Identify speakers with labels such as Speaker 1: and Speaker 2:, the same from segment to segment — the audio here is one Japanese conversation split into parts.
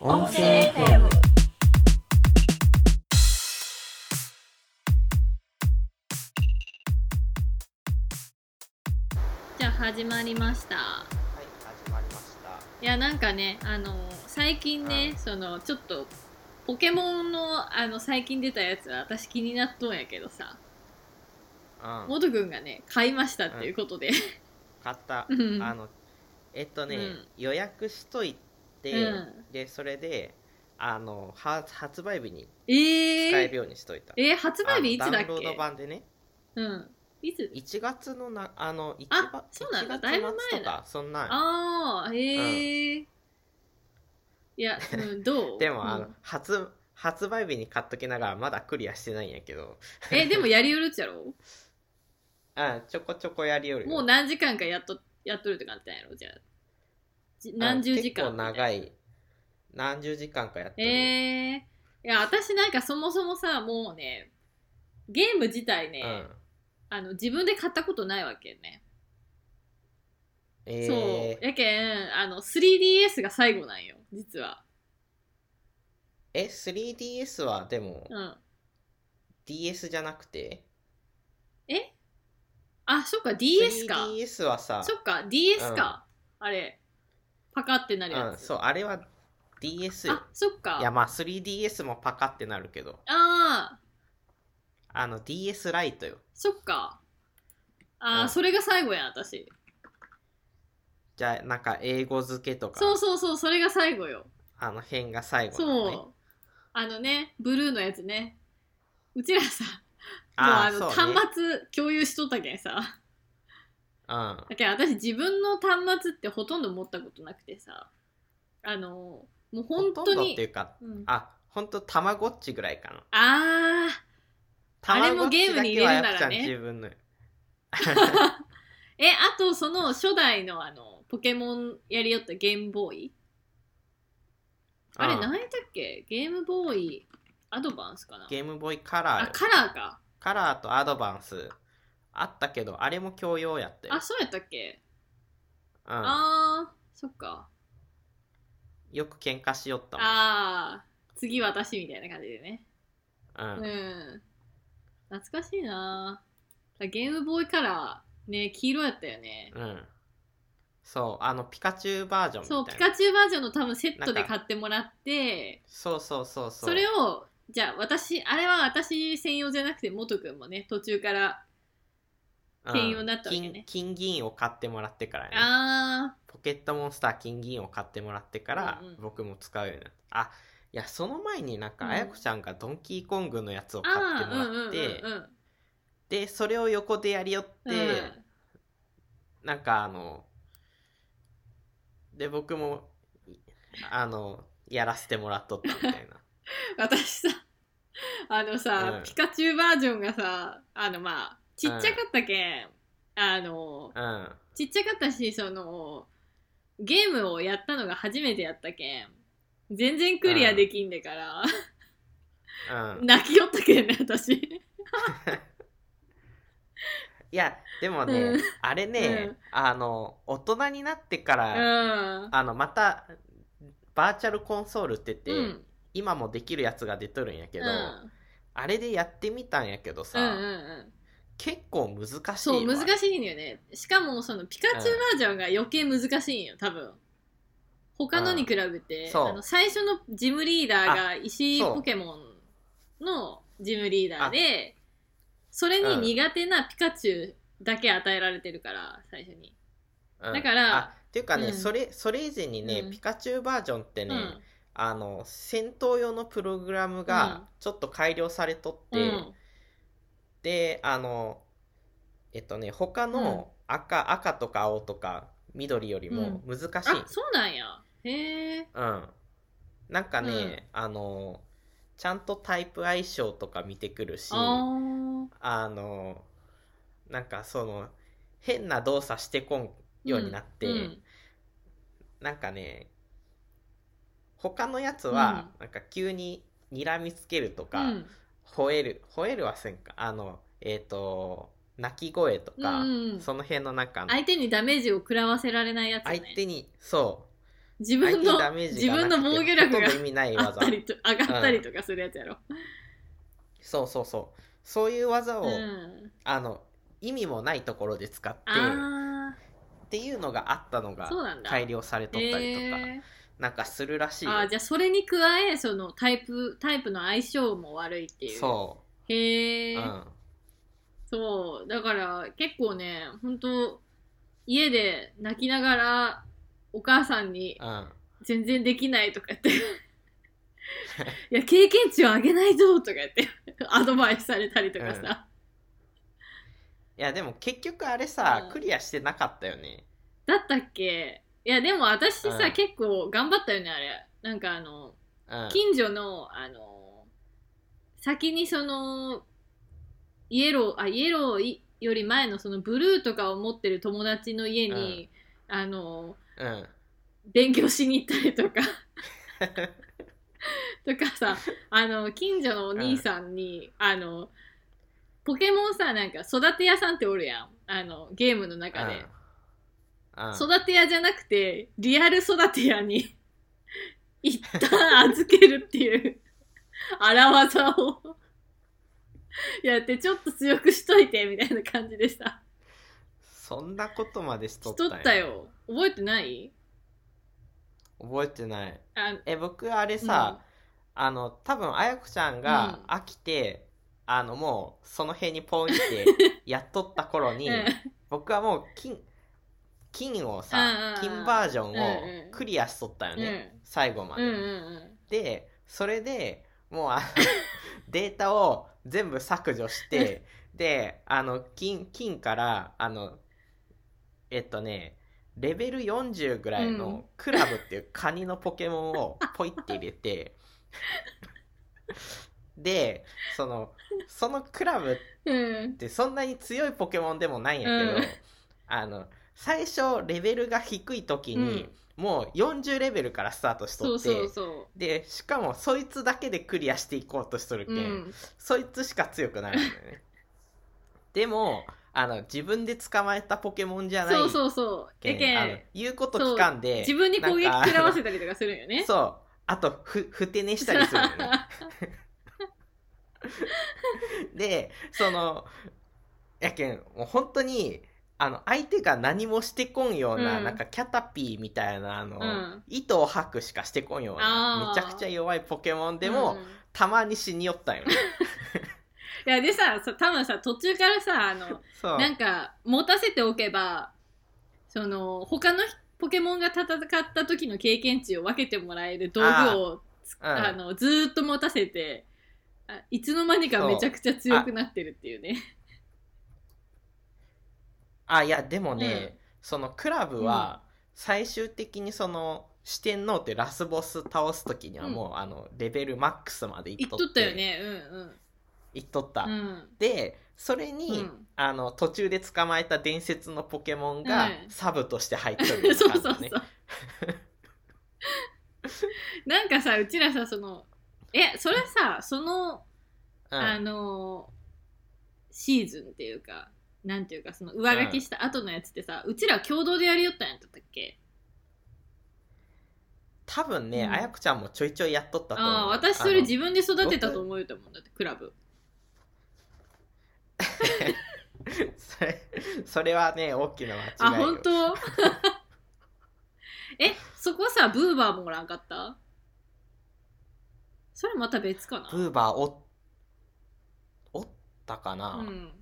Speaker 1: 音声 FM
Speaker 2: じゃあ始まりました
Speaker 3: はい、始まりました。
Speaker 2: いやなんかねあの最近ね
Speaker 3: うん
Speaker 2: そのちょっとポケモンのあの最近出たやつは私気になっとんやけどさ
Speaker 3: うん、
Speaker 2: 元君がね買いましたっていうことで、
Speaker 3: 買った。
Speaker 2: うん
Speaker 3: あの、えっとね、
Speaker 2: うん
Speaker 3: 予約しといて、
Speaker 2: うん
Speaker 3: で、それで、あの、は発売日に
Speaker 2: え
Speaker 3: 使える
Speaker 2: ー、
Speaker 3: ようにしといた。
Speaker 2: えー、発売日いつ
Speaker 3: あの
Speaker 2: だ
Speaker 3: ダ
Speaker 2: っ
Speaker 3: ウンロード
Speaker 2: け
Speaker 3: 版でね、
Speaker 2: うんいつ
Speaker 3: 1月のな、あの、一
Speaker 2: あ
Speaker 3: ば
Speaker 2: そうなんだ
Speaker 3: 1
Speaker 2: だいぶ
Speaker 3: 月末
Speaker 2: 前
Speaker 3: と
Speaker 2: だ
Speaker 3: か、そんな
Speaker 2: ああへえーいや、うん、ど
Speaker 3: ん。
Speaker 2: う
Speaker 3: でも、あ
Speaker 2: う
Speaker 3: の
Speaker 2: ん、
Speaker 3: 発、発売日に買っときながら、まだクリアしてないんやけど、
Speaker 2: えでもやりよるっちゃろ
Speaker 3: うん、ちょこちょこやりよるよ
Speaker 2: もう何時間かやっとやっとるって感じなんやろじゃあじ何十時間
Speaker 3: うん結構長い。何十時間かやってる。
Speaker 2: ええいや私なんかそもそもさもうねゲーム自体ね、
Speaker 3: うん。
Speaker 2: あの自分で買ったことないわけね、
Speaker 3: えー、
Speaker 2: そうやけんあの 3DS が最後なんよ実は
Speaker 3: え 3DS はでも
Speaker 2: うん
Speaker 3: DS じゃなくて
Speaker 2: あそっか DS か
Speaker 3: 3DS はさ
Speaker 2: そっか DS か、あれパカってなるや
Speaker 3: うん、
Speaker 2: つ、
Speaker 3: そうあれは DS よ
Speaker 2: あそっか
Speaker 3: いやまあ 3DS もパカってなるけど
Speaker 2: あー
Speaker 3: あの DS ライトよ
Speaker 2: そっかあー、
Speaker 3: うん
Speaker 2: それが最後やん私
Speaker 3: じゃあなんか英語付けとか
Speaker 2: そうそうそうそれが最後よ
Speaker 3: あの辺が最後なのね
Speaker 2: そうあのねブルーのやつねうちらさもう
Speaker 3: あ
Speaker 2: あ
Speaker 3: ー
Speaker 2: の、
Speaker 3: そう、ね、
Speaker 2: 端末共有しとったけんさ。
Speaker 3: うん
Speaker 2: だけど私自分の端末ってほとんど持ったことなくてさ。あの、もう本
Speaker 3: ほ
Speaker 2: 当
Speaker 3: とんどっ
Speaker 2: に。
Speaker 3: ていうか
Speaker 2: うん、あ
Speaker 3: あ本当たまごっちぐらいかな
Speaker 2: あ
Speaker 3: た
Speaker 2: あれ
Speaker 3: ま
Speaker 2: も
Speaker 3: ごっ
Speaker 2: ゲ
Speaker 3: ち
Speaker 2: ーム
Speaker 3: だ
Speaker 2: に入
Speaker 3: け
Speaker 2: れ
Speaker 3: は
Speaker 2: る
Speaker 3: や
Speaker 2: な
Speaker 3: っちゃ
Speaker 2: ら
Speaker 3: ん
Speaker 2: ね
Speaker 3: 自分のよ
Speaker 2: ー。え、あとその初代のあの、ポケモンやりよったゲームボーイ。あれ
Speaker 3: うん
Speaker 2: 何やったっけゲームボーイアドバンスかな
Speaker 3: ゲームボーイカラー
Speaker 2: あ、
Speaker 3: よ
Speaker 2: カラーか。
Speaker 3: カラーとアドバンスあったけどあれも教養やって
Speaker 2: あ、そうやったっけ、
Speaker 3: うん、
Speaker 2: ああ、そっか。
Speaker 3: よく喧嘩しよったもん
Speaker 2: ああ、次私みたいな感じでね。
Speaker 3: うん
Speaker 2: うん。懐かしいなぁゲームボーイカラー、ね、黄色やったよね。
Speaker 3: うん、そうあのピカチュウバージョンみたい
Speaker 2: そ
Speaker 3: な
Speaker 2: う、ピカチュウバージョンの多分セットで買ってもらって、
Speaker 3: そうそうそうそ
Speaker 2: そうれを、じゃあ私、あれは私専用じゃなくて、元くんもね、途中から、専用になったわけね
Speaker 3: うん金金銀を買ってもらってからね
Speaker 2: あ
Speaker 3: ポケットモンスター金銀を買ってもらってから
Speaker 2: うんうん
Speaker 3: 僕も使うようになった、あいやその前になんか、
Speaker 2: うん
Speaker 3: あやこちゃんがドンキーコングのやつを
Speaker 2: ー、
Speaker 3: 買っても
Speaker 2: あー、うん
Speaker 3: ら
Speaker 2: うん
Speaker 3: っ
Speaker 2: うん
Speaker 3: て、
Speaker 2: うん。
Speaker 3: でそれを横でやりよって、
Speaker 2: うん
Speaker 3: なんかあので僕もいあのやらせてもらっとったみたいな
Speaker 2: 私さ、あのさ、
Speaker 3: うん
Speaker 2: ピカチュウバージョンがさ、あのまあ、ちっちゃかったけん、あの、
Speaker 3: うん
Speaker 2: ちっちゃかったしそのゲームをやったのが初めてやったけん全然クリアできんでから、
Speaker 3: うん
Speaker 2: 泣きよったけんね私
Speaker 3: いやでもね、
Speaker 2: うん
Speaker 3: あれね、
Speaker 2: うん
Speaker 3: あの大人になってか
Speaker 2: う
Speaker 3: ら、
Speaker 2: ん
Speaker 3: あのまたバーチャルコンソールって言って、
Speaker 2: うん
Speaker 3: 今もできるやつが出とるんやけ
Speaker 2: う
Speaker 3: ど、
Speaker 2: ん
Speaker 3: あれでやってみたんやけどさ、
Speaker 2: うんうん
Speaker 3: 結構難しいわ
Speaker 2: そう難しいんだよねしかもそのピカチュウバージョンが余計難しいんよ多分他のに比べ
Speaker 3: うん
Speaker 2: て、
Speaker 3: そう
Speaker 2: あの最初のジムリーダーが石井
Speaker 3: そう
Speaker 2: ポケモンのジムリーダーでそれに苦手なピカチュウだけ与えられてるから最初に。
Speaker 3: うん
Speaker 2: だから
Speaker 3: あっていうかね、
Speaker 2: うん
Speaker 3: それそれ以前にね、
Speaker 2: うん
Speaker 3: ピカチュウバージョンってね、
Speaker 2: うん
Speaker 3: あの戦闘用のプログラム
Speaker 2: うん
Speaker 3: がちょっと改良されとって、
Speaker 2: うん
Speaker 3: であのえっとね他の赤,、赤とか青とか緑よりも難しい、
Speaker 2: あそうなんやへえ
Speaker 3: うんなんかね、あのちゃんとタイプ相性とか見てくるし
Speaker 2: あ
Speaker 3: あ
Speaker 2: ー
Speaker 3: のなんかその変な動作してこんようになって、
Speaker 2: うんうん
Speaker 3: なんかね他のやつは、なんか急に睨みつけるとか、
Speaker 2: うん
Speaker 3: 吠える吠えるはせんかあのえっ、と鳴き声とか、
Speaker 2: うんうん
Speaker 3: その辺の中の
Speaker 2: 相手にダメージを食らわせられないやつ、ね、
Speaker 3: 相手にそ
Speaker 2: 自分の
Speaker 3: 相手ダメージがなくて
Speaker 2: 自分の防御力が
Speaker 3: ほとんど意味ない
Speaker 2: あっ
Speaker 3: 技
Speaker 2: たりと上がったりとかするやつやろ。
Speaker 3: そうそうそうそういう技を、
Speaker 2: うん。
Speaker 3: あの意味もないところで使って
Speaker 2: あ
Speaker 3: っていうのがあったの
Speaker 2: あ、
Speaker 3: が
Speaker 2: そうなんだ。
Speaker 3: 改良されとったりとか、
Speaker 2: え
Speaker 3: なんかするらしい
Speaker 2: ー
Speaker 3: よ
Speaker 2: あーじゃあそれに加えそのタイプタイプの相性も悪いっていう。
Speaker 3: そ
Speaker 2: へ
Speaker 3: う、
Speaker 2: え、
Speaker 3: うん、
Speaker 2: そうだから結構ね本当家で泣きながらお母さんに
Speaker 3: うん、
Speaker 2: 全然できないとか 言っていや経験値を上げないぞとか言ってアドバイスされたりとかさ、
Speaker 3: いやでも結局あれさ、
Speaker 2: うん
Speaker 3: クリアしてなかったよね
Speaker 2: だったっけいやでも私さ、
Speaker 3: うん
Speaker 2: 結構頑張ったよねあれなんかあの
Speaker 3: うん
Speaker 2: 近所のあの先にそのイエローあイエローいより前のそのブルーとかを持ってる友達の家に、あの
Speaker 3: うん
Speaker 2: 勉強しに行ったりとか とかさあの近所のお兄さんに、あのポケモンさなんか育て屋さんっておるやんあのゲームの中で、
Speaker 3: うんうん
Speaker 2: 育て屋じゃなくてリアル育て屋に一旦預けるっていう荒技をやってちょっと強くしといてみたいな感じでさ
Speaker 3: そんなことまでしとった
Speaker 2: し
Speaker 3: ん
Speaker 2: と
Speaker 3: や
Speaker 2: ったよ覚えてない
Speaker 3: 覚えてない
Speaker 2: あ
Speaker 3: え僕あれさ、あの多分あやこちゃんが飽きて、あのもうその辺にポンって やっとった頃に、
Speaker 2: うん
Speaker 3: 僕はもう金金をさ、
Speaker 2: うんうんうん
Speaker 3: 金バージョン
Speaker 2: うんう
Speaker 3: を
Speaker 2: ん
Speaker 3: クリアしとったよね、最後ま
Speaker 2: う
Speaker 3: で、
Speaker 2: んうんうん
Speaker 3: でそれでも うあのデータを全部削除 してであの金金からあのえっとねレベル40ぐらい
Speaker 2: うん
Speaker 3: のクラブっていうカニのポケモンをポイって入れてでそのそのクラブっ
Speaker 2: うん
Speaker 3: てそんなに強いポケモンでもないんやけど、
Speaker 2: うん
Speaker 3: あの最初レベルが低い時に、もう40レベルからスタートし
Speaker 2: そ
Speaker 3: と
Speaker 2: う
Speaker 3: って
Speaker 2: そうそ
Speaker 3: でしかもそいつだけでクリアしていこうとしとるけ、
Speaker 2: う、うんん、
Speaker 3: そいつしか強くなるんだよね でもあの自分で捕まえたポケモンじゃない
Speaker 2: そうそうそう
Speaker 3: け
Speaker 2: や
Speaker 3: ん
Speaker 2: け
Speaker 3: あの
Speaker 2: ん
Speaker 3: 言うこと聞かんで
Speaker 2: 自分に攻撃食らわせ
Speaker 3: て
Speaker 2: たりとかするんよね
Speaker 3: そうあとふふて寝したりするよね でそのやけんもう本当にあの相手が何もしてこんような,、
Speaker 2: うん
Speaker 3: なんかキャタピーみたいなあの、
Speaker 2: うん
Speaker 3: 糸を吐くしかしてこんようなめ
Speaker 2: あー
Speaker 3: ちゃくちゃ弱いポケモンでも、
Speaker 2: うん
Speaker 3: たまに死によったんよ ね
Speaker 2: いやでささ多分さ途中からさあの
Speaker 3: そう
Speaker 2: なんか持たせておけばその他のひポケモンが戦った時の経験値を分けてもらえる道具をつ
Speaker 3: うん
Speaker 2: あのずーっと持たせてあいつの間にかめちゃくちゃ強くなってるっていうね。
Speaker 3: あいやでもね、
Speaker 2: う
Speaker 3: そのクラブは最終的にその四天王ってラスボス倒す時にはもう、あのレベルマックスまでいっ
Speaker 2: 言っ
Speaker 3: とっ
Speaker 2: とった
Speaker 3: て
Speaker 2: よね。うん
Speaker 3: いっとった、
Speaker 2: うん。うん
Speaker 3: でそれに、
Speaker 2: うん
Speaker 3: あの途中で捕まえた伝説のポケモンが
Speaker 2: うん
Speaker 3: サブとして入っとるよ
Speaker 2: そう
Speaker 3: う
Speaker 2: そ
Speaker 3: な
Speaker 2: うそ
Speaker 3: 感
Speaker 2: う
Speaker 3: じね。
Speaker 2: なんかさうちらさそのえそれさその
Speaker 3: うん
Speaker 2: あのシーズンっていうかなんていうかその上書きした後のやつってさ、うちら共同でやりよったんやったっけ
Speaker 3: 多分ね、
Speaker 2: うん
Speaker 3: あやこちゃんもちょいちょいやっとったと思う
Speaker 2: ああー私それ自分で育てたと思うと思うんだってクラブ
Speaker 3: あのそれそれはね大きな間違
Speaker 2: あ
Speaker 3: いよ
Speaker 2: 本 当えそこさブーバーもおらんかったそれまた別かな
Speaker 3: ブーバーおおったかな、
Speaker 2: うん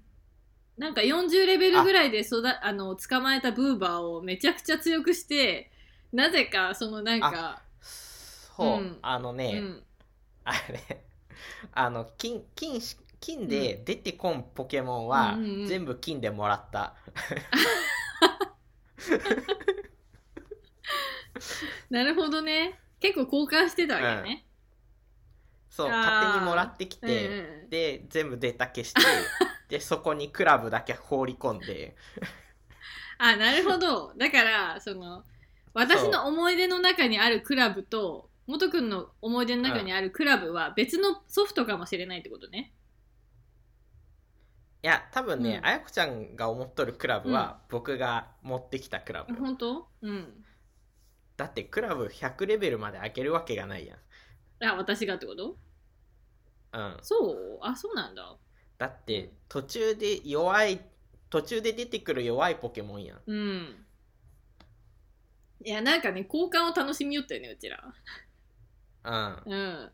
Speaker 2: なんか40レベルぐらいで育あの捕まえたブーバーをめちゃくちゃ強くしてなぜかそのなんか、
Speaker 3: そう、
Speaker 2: うん
Speaker 3: あの
Speaker 2: う
Speaker 3: ね、
Speaker 2: ん、
Speaker 3: あれ あの金金し金で出てこんポケモンは、
Speaker 2: うんうんうん
Speaker 3: 全部金でもらった
Speaker 2: なるほどね結構交換してたわけね、
Speaker 3: そう
Speaker 2: あー
Speaker 3: 勝手にもらってき
Speaker 2: うんうん
Speaker 3: て、で全部データ消して でそこにクラブだけ放り込んで
Speaker 2: あなるほどだからその私の思い出の中にあるクラブと元くんの思い出の中にあるクラブは別のソフトかもしれないってことね、
Speaker 3: いや多分ね、
Speaker 2: うん
Speaker 3: あやこちゃんが思っとるクラブは、僕が持ってきたクラブよ、
Speaker 2: 本当うん
Speaker 3: だってクラブ100レベルまで開けるわけがないやん。
Speaker 2: あ私がってこと
Speaker 3: うん。
Speaker 2: そうあそうなんだ
Speaker 3: だって途中で弱い、途中で出てくる弱いポケモンやん。
Speaker 2: うんいやなんかね交換を楽しみよったよねうちら
Speaker 3: うん。
Speaker 2: うん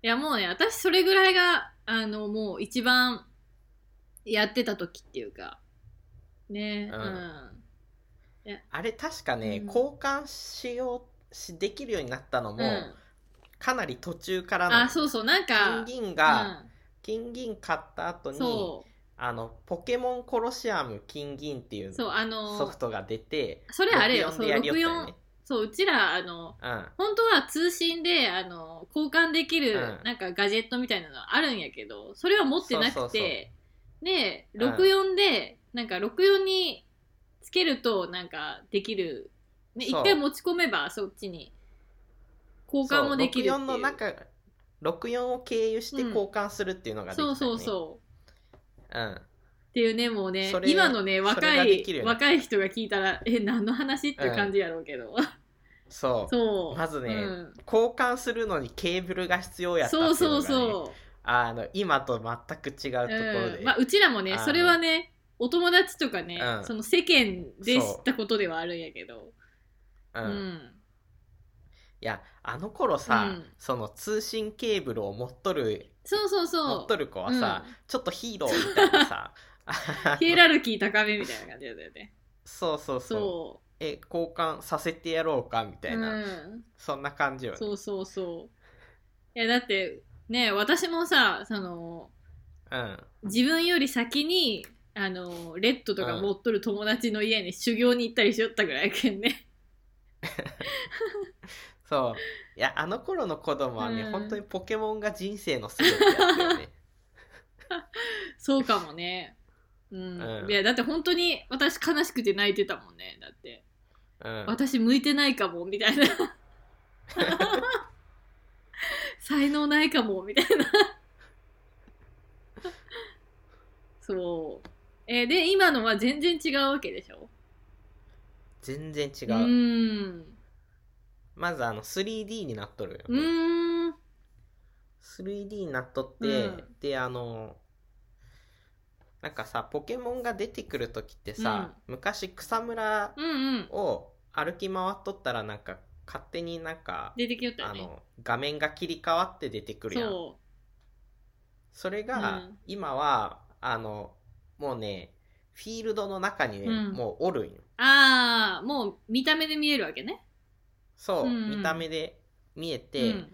Speaker 2: いやもうね私それぐらいがあのもう一番やってた時っていうかね
Speaker 3: うん
Speaker 2: うん
Speaker 3: あれ確かね、
Speaker 2: うん
Speaker 3: 交換しよう、し、できるようになったの
Speaker 2: う
Speaker 3: も、
Speaker 2: ん、
Speaker 3: かなり途中からの。
Speaker 2: あそうそうなんか
Speaker 3: 金銀が、金銀買った後
Speaker 2: うん、
Speaker 3: に、
Speaker 2: そ
Speaker 3: あの、ポケモンコロシアム金銀っていう
Speaker 2: うそうあの
Speaker 3: ソフトが出て、
Speaker 2: それあれよ
Speaker 3: 64でやりよったよね。
Speaker 2: そううちらあの
Speaker 3: うん。
Speaker 2: 本当は通信であの交換できる
Speaker 3: うん
Speaker 2: なんかガジェットみたいなのあるんやけど、それは持ってな
Speaker 3: そう
Speaker 2: く
Speaker 3: そう
Speaker 2: てで
Speaker 3: うん
Speaker 2: 64で、なんか64につけるとなんかできる、ね、一
Speaker 3: そう
Speaker 2: 回持ち込めばそっちに交換もできるって
Speaker 3: そ64
Speaker 2: いう
Speaker 3: の中64を経由して交換するっていうのができたよ
Speaker 2: そ
Speaker 3: ね
Speaker 2: うそうそう
Speaker 3: うん
Speaker 2: っていうねもうね
Speaker 3: それ
Speaker 2: 今のね
Speaker 3: それ
Speaker 2: 若
Speaker 3: がで
Speaker 2: い、
Speaker 3: きるよね
Speaker 2: 若い人が聞いたらえ何の話っていう感じやろうけど、
Speaker 3: そう
Speaker 2: そう
Speaker 3: まずね
Speaker 2: うん
Speaker 3: 交換するのにケーブルが必要やったっていう
Speaker 2: そ
Speaker 3: の
Speaker 2: う
Speaker 3: が、ね、
Speaker 2: そうそう
Speaker 3: あの今と全く違うところで、
Speaker 2: うんまあ、うちらも
Speaker 3: あ
Speaker 2: ね
Speaker 3: の
Speaker 2: それはねお友達とかね、
Speaker 3: うん
Speaker 2: その世間で知ったことではあるんやけどう
Speaker 3: うん
Speaker 2: ん
Speaker 3: いやあの頃さ、
Speaker 2: うん
Speaker 3: その通信ケーブルを持っとる
Speaker 2: そうそう
Speaker 3: 持
Speaker 2: そ
Speaker 3: っ
Speaker 2: う
Speaker 3: とる子はさ、ちょっとヒーローみたいな さ
Speaker 2: ヒエラルキー高めみたいな感じだったよね
Speaker 3: そうそうそう
Speaker 2: そ
Speaker 3: え交換させてやろうかみ
Speaker 2: う
Speaker 3: たいな、
Speaker 2: うん、
Speaker 3: そんな感じよね
Speaker 2: そうそうそういやだってね私もさその
Speaker 3: うん
Speaker 2: 自分より先にあのレッドとか持っとる友達の家に修行に行ったりしよったぐらいやけんね
Speaker 3: そう。いや、あの頃の子供はね、
Speaker 2: うん
Speaker 3: 本当にポケモンが人生の全てだったよ ね。
Speaker 2: そうかもねうん、
Speaker 3: うん
Speaker 2: いやだって本当に私悲しくて泣いてたもんねだって
Speaker 3: うん。
Speaker 2: 私向いてないかもみたい な才能ないかもみたいなそうえーで今のは全然違うわけでしょ
Speaker 3: 全然違
Speaker 2: うー
Speaker 3: う。
Speaker 2: ん
Speaker 3: まずあの 3D になっとるよ
Speaker 2: うー
Speaker 3: ね、
Speaker 2: ん
Speaker 3: 3D になっとって、
Speaker 2: うん
Speaker 3: で、あの、なんかさ、ポケモンが出てくる時ってさ、昔草むら
Speaker 2: うんうん
Speaker 3: を歩き回っとったらなんか勝手になんか、
Speaker 2: 出てきよったよ
Speaker 3: あ
Speaker 2: ね
Speaker 3: の、画面が切り替わって出てくるやん。
Speaker 2: そ
Speaker 3: それが、
Speaker 2: うん
Speaker 3: 今はあのもうねフィールドの中にね、
Speaker 2: うん
Speaker 3: もうおるんよ
Speaker 2: うああもう見た目で見えるわけね
Speaker 3: そう、
Speaker 2: うんうん
Speaker 3: 見た目で見えて、
Speaker 2: うん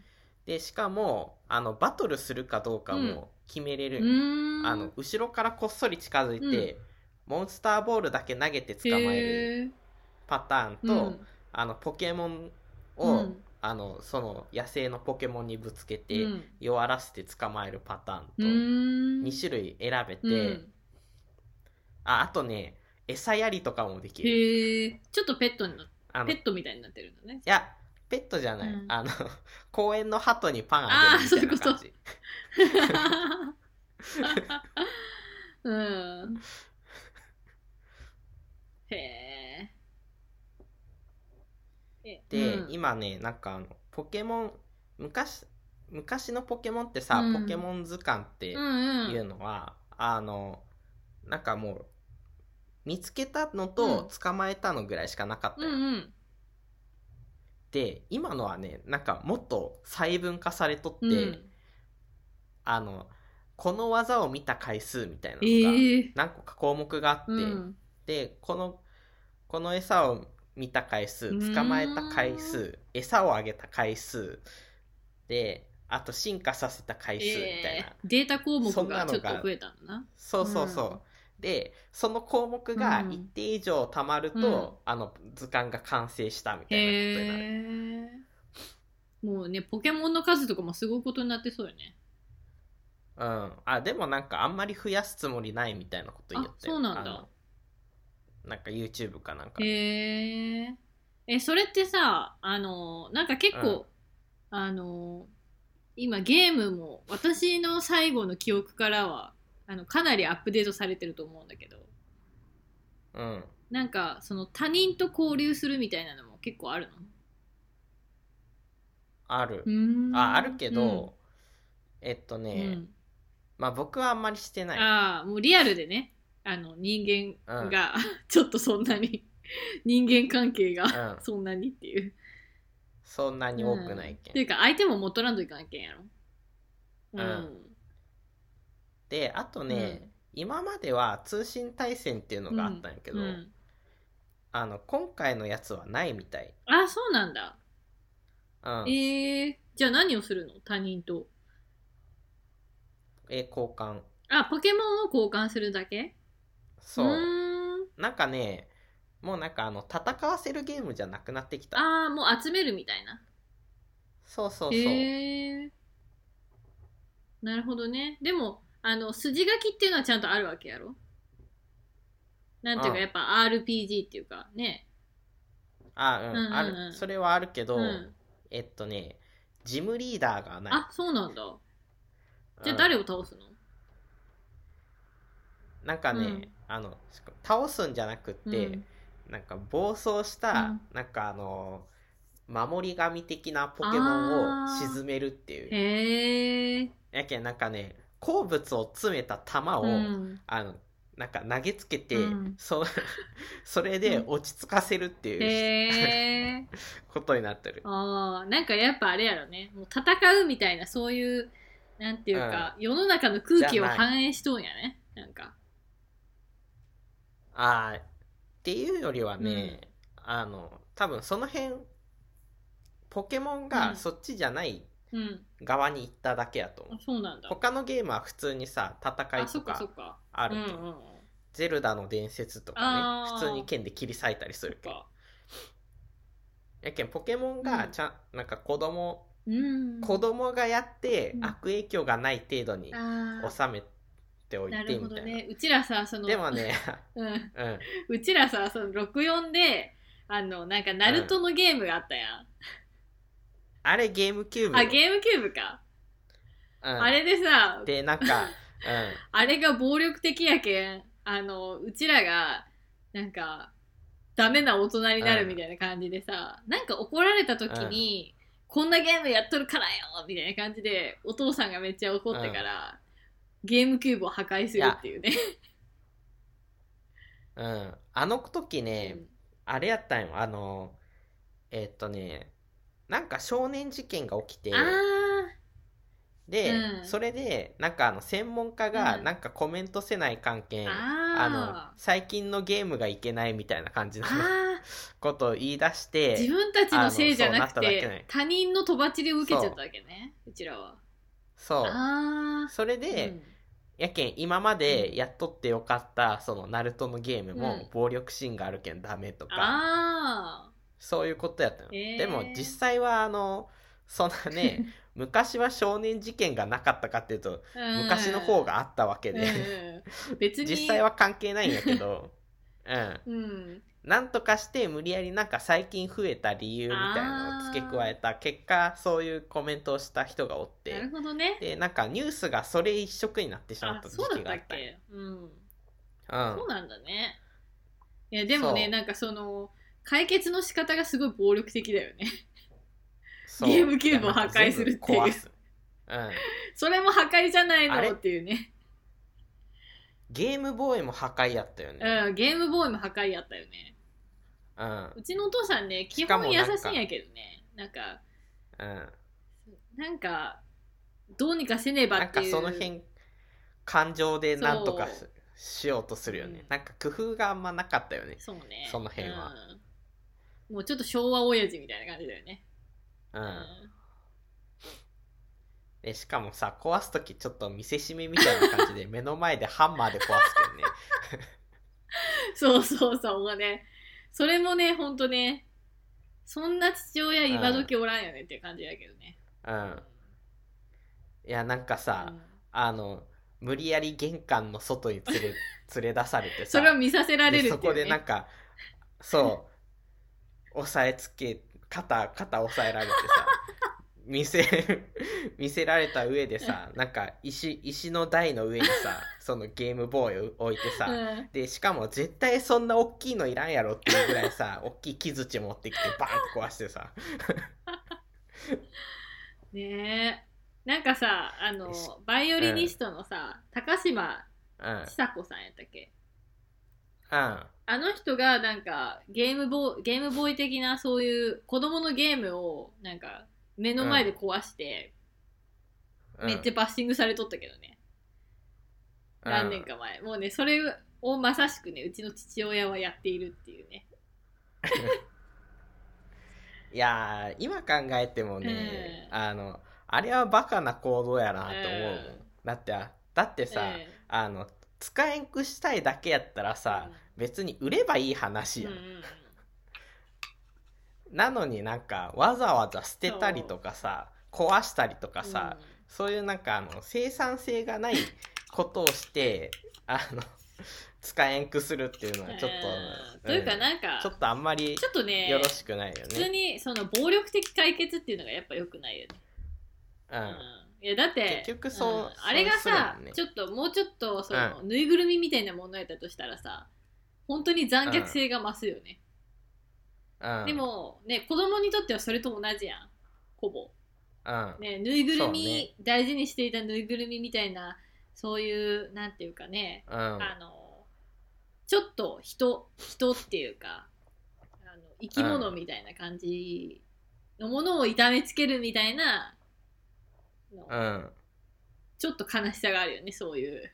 Speaker 3: でしかもあのバトルするかどうかも決めれ
Speaker 2: う
Speaker 3: るんよ、
Speaker 2: ーん
Speaker 3: あの後ろからこっそり近づいて、モンスターボールだけ投げて捕まえる
Speaker 2: へー
Speaker 3: パターンと、
Speaker 2: うん
Speaker 3: あのポケモンを、
Speaker 2: うん
Speaker 3: あのその野生のポケモンにぶつけて、
Speaker 2: うん
Speaker 3: 弱らせて捕まえるパタ
Speaker 2: う
Speaker 3: ーンと、
Speaker 2: ーん
Speaker 3: 2種類選べて、
Speaker 2: うん
Speaker 3: ああとね餌やりとかもできる
Speaker 2: へえちょっとペットにな
Speaker 3: あの
Speaker 2: ペ
Speaker 3: い
Speaker 2: ットみたいになってるんだね
Speaker 3: やペットじゃない、
Speaker 2: うん
Speaker 3: あの 公園の鳩にパンあげるみたいな感じ
Speaker 2: うん。へえ。え
Speaker 3: で、
Speaker 2: うん
Speaker 3: 今ねなんかあのポケモン昔昔のポケモンってさ、
Speaker 2: うん
Speaker 3: ポケモン図鑑ってい
Speaker 2: うんうん
Speaker 3: うのは、あのなんかもう見つけたのと
Speaker 2: うん
Speaker 3: 捕まえたのぐらいしかなかった
Speaker 2: う
Speaker 3: よ、
Speaker 2: んうん
Speaker 3: で今のはねなんかもっと細分化されとって、
Speaker 2: うん
Speaker 3: あのこの技を見た回数みたいなのが、
Speaker 2: ええ
Speaker 3: 何個か項目があって、
Speaker 2: うん
Speaker 3: でこのこの餌を見た回数捕まえた回
Speaker 2: う
Speaker 3: 数餌をあげた回数であと進化させた
Speaker 2: え
Speaker 3: 回数みたい
Speaker 2: え
Speaker 3: な、
Speaker 2: データ項目
Speaker 3: そんな
Speaker 2: が
Speaker 3: の
Speaker 2: ちょ
Speaker 3: が
Speaker 2: っと増えたんだな。
Speaker 3: そうそうそう、
Speaker 2: うん
Speaker 3: でその項目が
Speaker 2: うん
Speaker 3: 一定以上たまると、
Speaker 2: うん
Speaker 3: あの図鑑が完成したみたいなことになる、
Speaker 2: へえ。もうね、ポケモンの数とかもすごいことになってそうよね。
Speaker 3: うん、あでもなんかあんまり増やすつもりないみたいなこと言って
Speaker 2: あそうなんだ
Speaker 3: なんか YouTube かなんか、
Speaker 2: へえ。え、それってさ、あの、なんか結構、あの、今ゲームも、私の最後の記憶からは、あの、かなりアップデートされてると思うんだけど、
Speaker 3: うん
Speaker 2: なんか、その他人と交流するみたいなのも結構あるの
Speaker 3: ある
Speaker 2: う。ーん
Speaker 3: あ、あるけど、えっと
Speaker 2: うん
Speaker 3: ね、
Speaker 2: うん
Speaker 3: まあ僕はあんまりしてない。
Speaker 2: ああもうリアルでねあの人
Speaker 3: う
Speaker 2: 間
Speaker 3: ん
Speaker 2: が ちょっとそんなに人間関係が
Speaker 3: うん
Speaker 2: そんなにっていう、
Speaker 3: そんなに多くない
Speaker 2: うん
Speaker 3: けん。
Speaker 2: っていうか相手ももっとらんといかんけんやろ
Speaker 3: うんで、あとね、
Speaker 2: うん
Speaker 3: 今までは通信対戦っていうのがあったんやけど、
Speaker 2: うん
Speaker 3: あの、今回のやつはないみたい。
Speaker 2: あそうなんだ、
Speaker 3: うん。え
Speaker 2: えー、じゃあ何をするの他人と
Speaker 3: 交換。
Speaker 2: あポケモンを交換するだけ
Speaker 3: そう。
Speaker 2: ーん
Speaker 3: なんかね、もうなんかあの、戦わせるゲームじゃなくなってきた。
Speaker 2: ああもう集めるみたいな
Speaker 3: そうそうそう。
Speaker 2: へえなるほどねでもあの筋書きっていうのはちゃんとあるわけやろなんていうか
Speaker 3: うん
Speaker 2: やっぱ RPG っていうかね
Speaker 3: あ、うん、
Speaker 2: うんうんうん
Speaker 3: ある。それはあるけど、
Speaker 2: うん
Speaker 3: えっとね、ジムリーダーがない。
Speaker 2: あそうなんだじゃあ
Speaker 3: うん
Speaker 2: 誰を倒すの、
Speaker 3: なんかね、
Speaker 2: うん
Speaker 3: あの倒すんじゃなくって、
Speaker 2: うん
Speaker 3: なんか暴走した、
Speaker 2: うん
Speaker 3: なんかあの守り神的なポケモンを
Speaker 2: あー
Speaker 3: 沈めるっていう
Speaker 2: へえ
Speaker 3: やけんなんかね鉱物を詰めた玉を、
Speaker 2: うん
Speaker 3: あのなんか投げつけて、
Speaker 2: うん
Speaker 3: そ それで落ち着かせるっていう
Speaker 2: へえ
Speaker 3: ことになってる、
Speaker 2: あーなんかやっぱあれやろねもう戦うみたいなそういうなんていうか、世の中の空気を
Speaker 3: じゃない
Speaker 2: 反映しとんやねなんか
Speaker 3: あーっていうよりはね、あの多分その辺ポケモン
Speaker 2: う
Speaker 3: が
Speaker 2: ん
Speaker 3: そっちじゃない
Speaker 2: うん
Speaker 3: 側に行っただけやと思う
Speaker 2: あそうなんだ
Speaker 3: 他のゲームは普通にさ戦い
Speaker 2: あそ
Speaker 3: と
Speaker 2: っかそ
Speaker 3: か
Speaker 2: っか
Speaker 3: あ
Speaker 2: うん
Speaker 3: る
Speaker 2: うん
Speaker 3: け
Speaker 2: う
Speaker 3: ど、
Speaker 2: ん
Speaker 3: ゼルダの伝説とか
Speaker 2: あ
Speaker 3: ね
Speaker 2: ー
Speaker 3: 普通に剣で切り裂いたりす
Speaker 2: そっ
Speaker 3: るけど
Speaker 2: か
Speaker 3: やけんポケモンがちゃん、なんか子供
Speaker 2: うん
Speaker 3: 子供がやって
Speaker 2: うん
Speaker 3: 悪影響がない程度に
Speaker 2: あー
Speaker 3: 収めておい
Speaker 2: な
Speaker 3: て
Speaker 2: るほ
Speaker 3: みたい
Speaker 2: ど
Speaker 3: な
Speaker 2: ねうちらさその
Speaker 3: でもね
Speaker 2: うん、
Speaker 3: うん
Speaker 2: うちらさその64であのなんかナルトのゲームがあったやん、
Speaker 3: あれゲームキューブ
Speaker 2: あゲームキューブか、
Speaker 3: うん
Speaker 2: あれでさ
Speaker 3: でなん か、
Speaker 2: あれが暴力的やけんあのうちらがなんかダメな大人になるみたいな感じでさ、なんか怒られた時に、こんなゲームやっとるからよみたいな感じでお父さんがめっちゃ怒ってから、ゲームキューブを破壊するっていうね。
Speaker 3: うんうん、あの時ね、あれやったんよあのえーっとねなんか少年事件が起きて
Speaker 2: あー
Speaker 3: で、
Speaker 2: うん
Speaker 3: それでなんかあの専門家が
Speaker 2: うん
Speaker 3: なんかコメントせない関係、あ
Speaker 2: あ
Speaker 3: の最近のゲームがいけないみたいな感じの
Speaker 2: ーあ
Speaker 3: ことを言い出し
Speaker 2: ー自
Speaker 3: て
Speaker 2: 分たちのせいじゃなく
Speaker 3: あのそうなっただけ
Speaker 2: て
Speaker 3: ね
Speaker 2: 他人のとばっちりを受けちゃったわけねうちらは
Speaker 3: そう
Speaker 2: ああ
Speaker 3: それで、やけん今までやっとってよかったそのナルトのゲーム
Speaker 2: うん
Speaker 3: も暴力シーンがあるけんダメとか、
Speaker 2: あ
Speaker 3: そういうことやったの、
Speaker 2: へー
Speaker 3: でも実際はあのそんな ね昔は少年事件がなかったかっていうと
Speaker 2: ー、うん
Speaker 3: 昔の方があったわ けで、
Speaker 2: うんうん別に
Speaker 3: 実際は関係ないんやけど うん
Speaker 2: うん
Speaker 3: なんとかして無理やりなんか最近増えた理由みたいなのを付け加えた結果そういうコメントをした人がおっ
Speaker 2: なる
Speaker 3: て
Speaker 2: ほどね
Speaker 3: でなんかニュースがそれ一色になってしま
Speaker 2: あ
Speaker 3: った時
Speaker 2: そう
Speaker 3: 期
Speaker 2: だ
Speaker 3: があ
Speaker 2: っ
Speaker 3: った
Speaker 2: った
Speaker 3: んよ
Speaker 2: けうん
Speaker 3: うん
Speaker 2: そうなんだねいやでもね
Speaker 3: そう
Speaker 2: なんかその解決の仕方がすごい暴力的だよね
Speaker 3: そう
Speaker 2: ゲームキューブを破壊するっていう
Speaker 3: なんか全部壊すうん、
Speaker 2: それも破壊じゃない
Speaker 3: あれ
Speaker 2: のっていうね
Speaker 3: ゲームボーイも破壊やったよね、
Speaker 2: うんゲームボーイも破壊やったよね
Speaker 3: うん
Speaker 2: うちのお父さんね基
Speaker 3: しかも
Speaker 2: 本優
Speaker 3: なんか
Speaker 2: しいんやけどねなんか
Speaker 3: うん、
Speaker 2: なんかどうにかせねば
Speaker 3: なん
Speaker 2: って
Speaker 3: か
Speaker 2: いう
Speaker 3: その辺感情でなんとか
Speaker 2: そ
Speaker 3: ししようとするよね、
Speaker 2: うん
Speaker 3: なんか工夫があんまなかったよね
Speaker 2: そうね
Speaker 3: その辺は、
Speaker 2: うんもうちょっと昭和親父みたいな感じだよね
Speaker 3: う
Speaker 2: うん
Speaker 3: でしかもさ壊す時ちょっと見せしめみたいな感 じで目の前でハンマーで壊すけどね
Speaker 2: そうそうそうもうねそれもねほんとねそんな父親今時おらんよねっていう感じだけどね
Speaker 3: うんいやなんかさ、
Speaker 2: うん
Speaker 3: あの無理やり玄関の外に連れ 連れ出されてさ
Speaker 2: それを見させられ
Speaker 3: で
Speaker 2: る
Speaker 3: そ
Speaker 2: ってい
Speaker 3: こ
Speaker 2: う、ね、
Speaker 3: でなんかそう押さえつけ肩肩押さえられてさ 見せ 見せられた上でさなんか石石の台の上にさそのゲームボーイを置いてさ、
Speaker 2: うん
Speaker 3: でしかも絶対そんな大きいのいらんやろっていうぐらいさ大きい木槌持ってきてバーンと壊してさ
Speaker 2: ねえなんかさあのバイオリニストのさ、高島
Speaker 3: うんうん
Speaker 2: ちさ子さんやったっけ
Speaker 3: あ
Speaker 2: あの人がなんかゲームボーゲームボーイ的なそういう子供のゲームをなんか目の前で壊して、めっちゃバッシングされとったけどね、何年か前もうねそれをまさしくねうちの父親はやっているっていうね
Speaker 3: いやー今考えてもね、あのあれはバカな行動やなと思うもん、
Speaker 2: うん
Speaker 3: だってあだってさ、
Speaker 2: え
Speaker 3: あの使えんくしたいだけやったら
Speaker 2: え
Speaker 3: さ、別に売ればいい話
Speaker 2: うん
Speaker 3: や、
Speaker 2: うんんうん
Speaker 3: なのになんかわざわざ捨てたりとかさ壊したりとかさ、そういうなんかあの生産性がないことをして あの使えんくするっていうのはちょっ
Speaker 2: うん
Speaker 3: と、
Speaker 2: というか
Speaker 3: ん
Speaker 2: なんか、
Speaker 3: ちょっとあんまり
Speaker 2: ちょっとね
Speaker 3: よろしくないよ
Speaker 2: 普通
Speaker 3: ね。
Speaker 2: にその暴力的解決っていうのがやっぱ良くないよね、
Speaker 3: う
Speaker 2: うん
Speaker 3: ん
Speaker 2: いやだって
Speaker 3: 結局そうんそう
Speaker 2: あれが
Speaker 3: する
Speaker 2: さ、
Speaker 3: もんね
Speaker 2: ちょっともうちょっとその、ぬいぐるみみたいなものやったとしたらさ本当に残虐性が増すよね、
Speaker 3: うん
Speaker 2: でもね子供にとってはそれと同じやんほぼ
Speaker 3: うん
Speaker 2: ねぬいぐるみ、
Speaker 3: そうね
Speaker 2: 大事にしていたぬいぐるみみたいなそういうなんていうかね、
Speaker 3: うん
Speaker 2: あのちょっと人人っていうかあの生き物みたいな感じのものを痛めつけるみたいなの、
Speaker 3: うん
Speaker 2: ちょっと悲しさがあるよねそういう。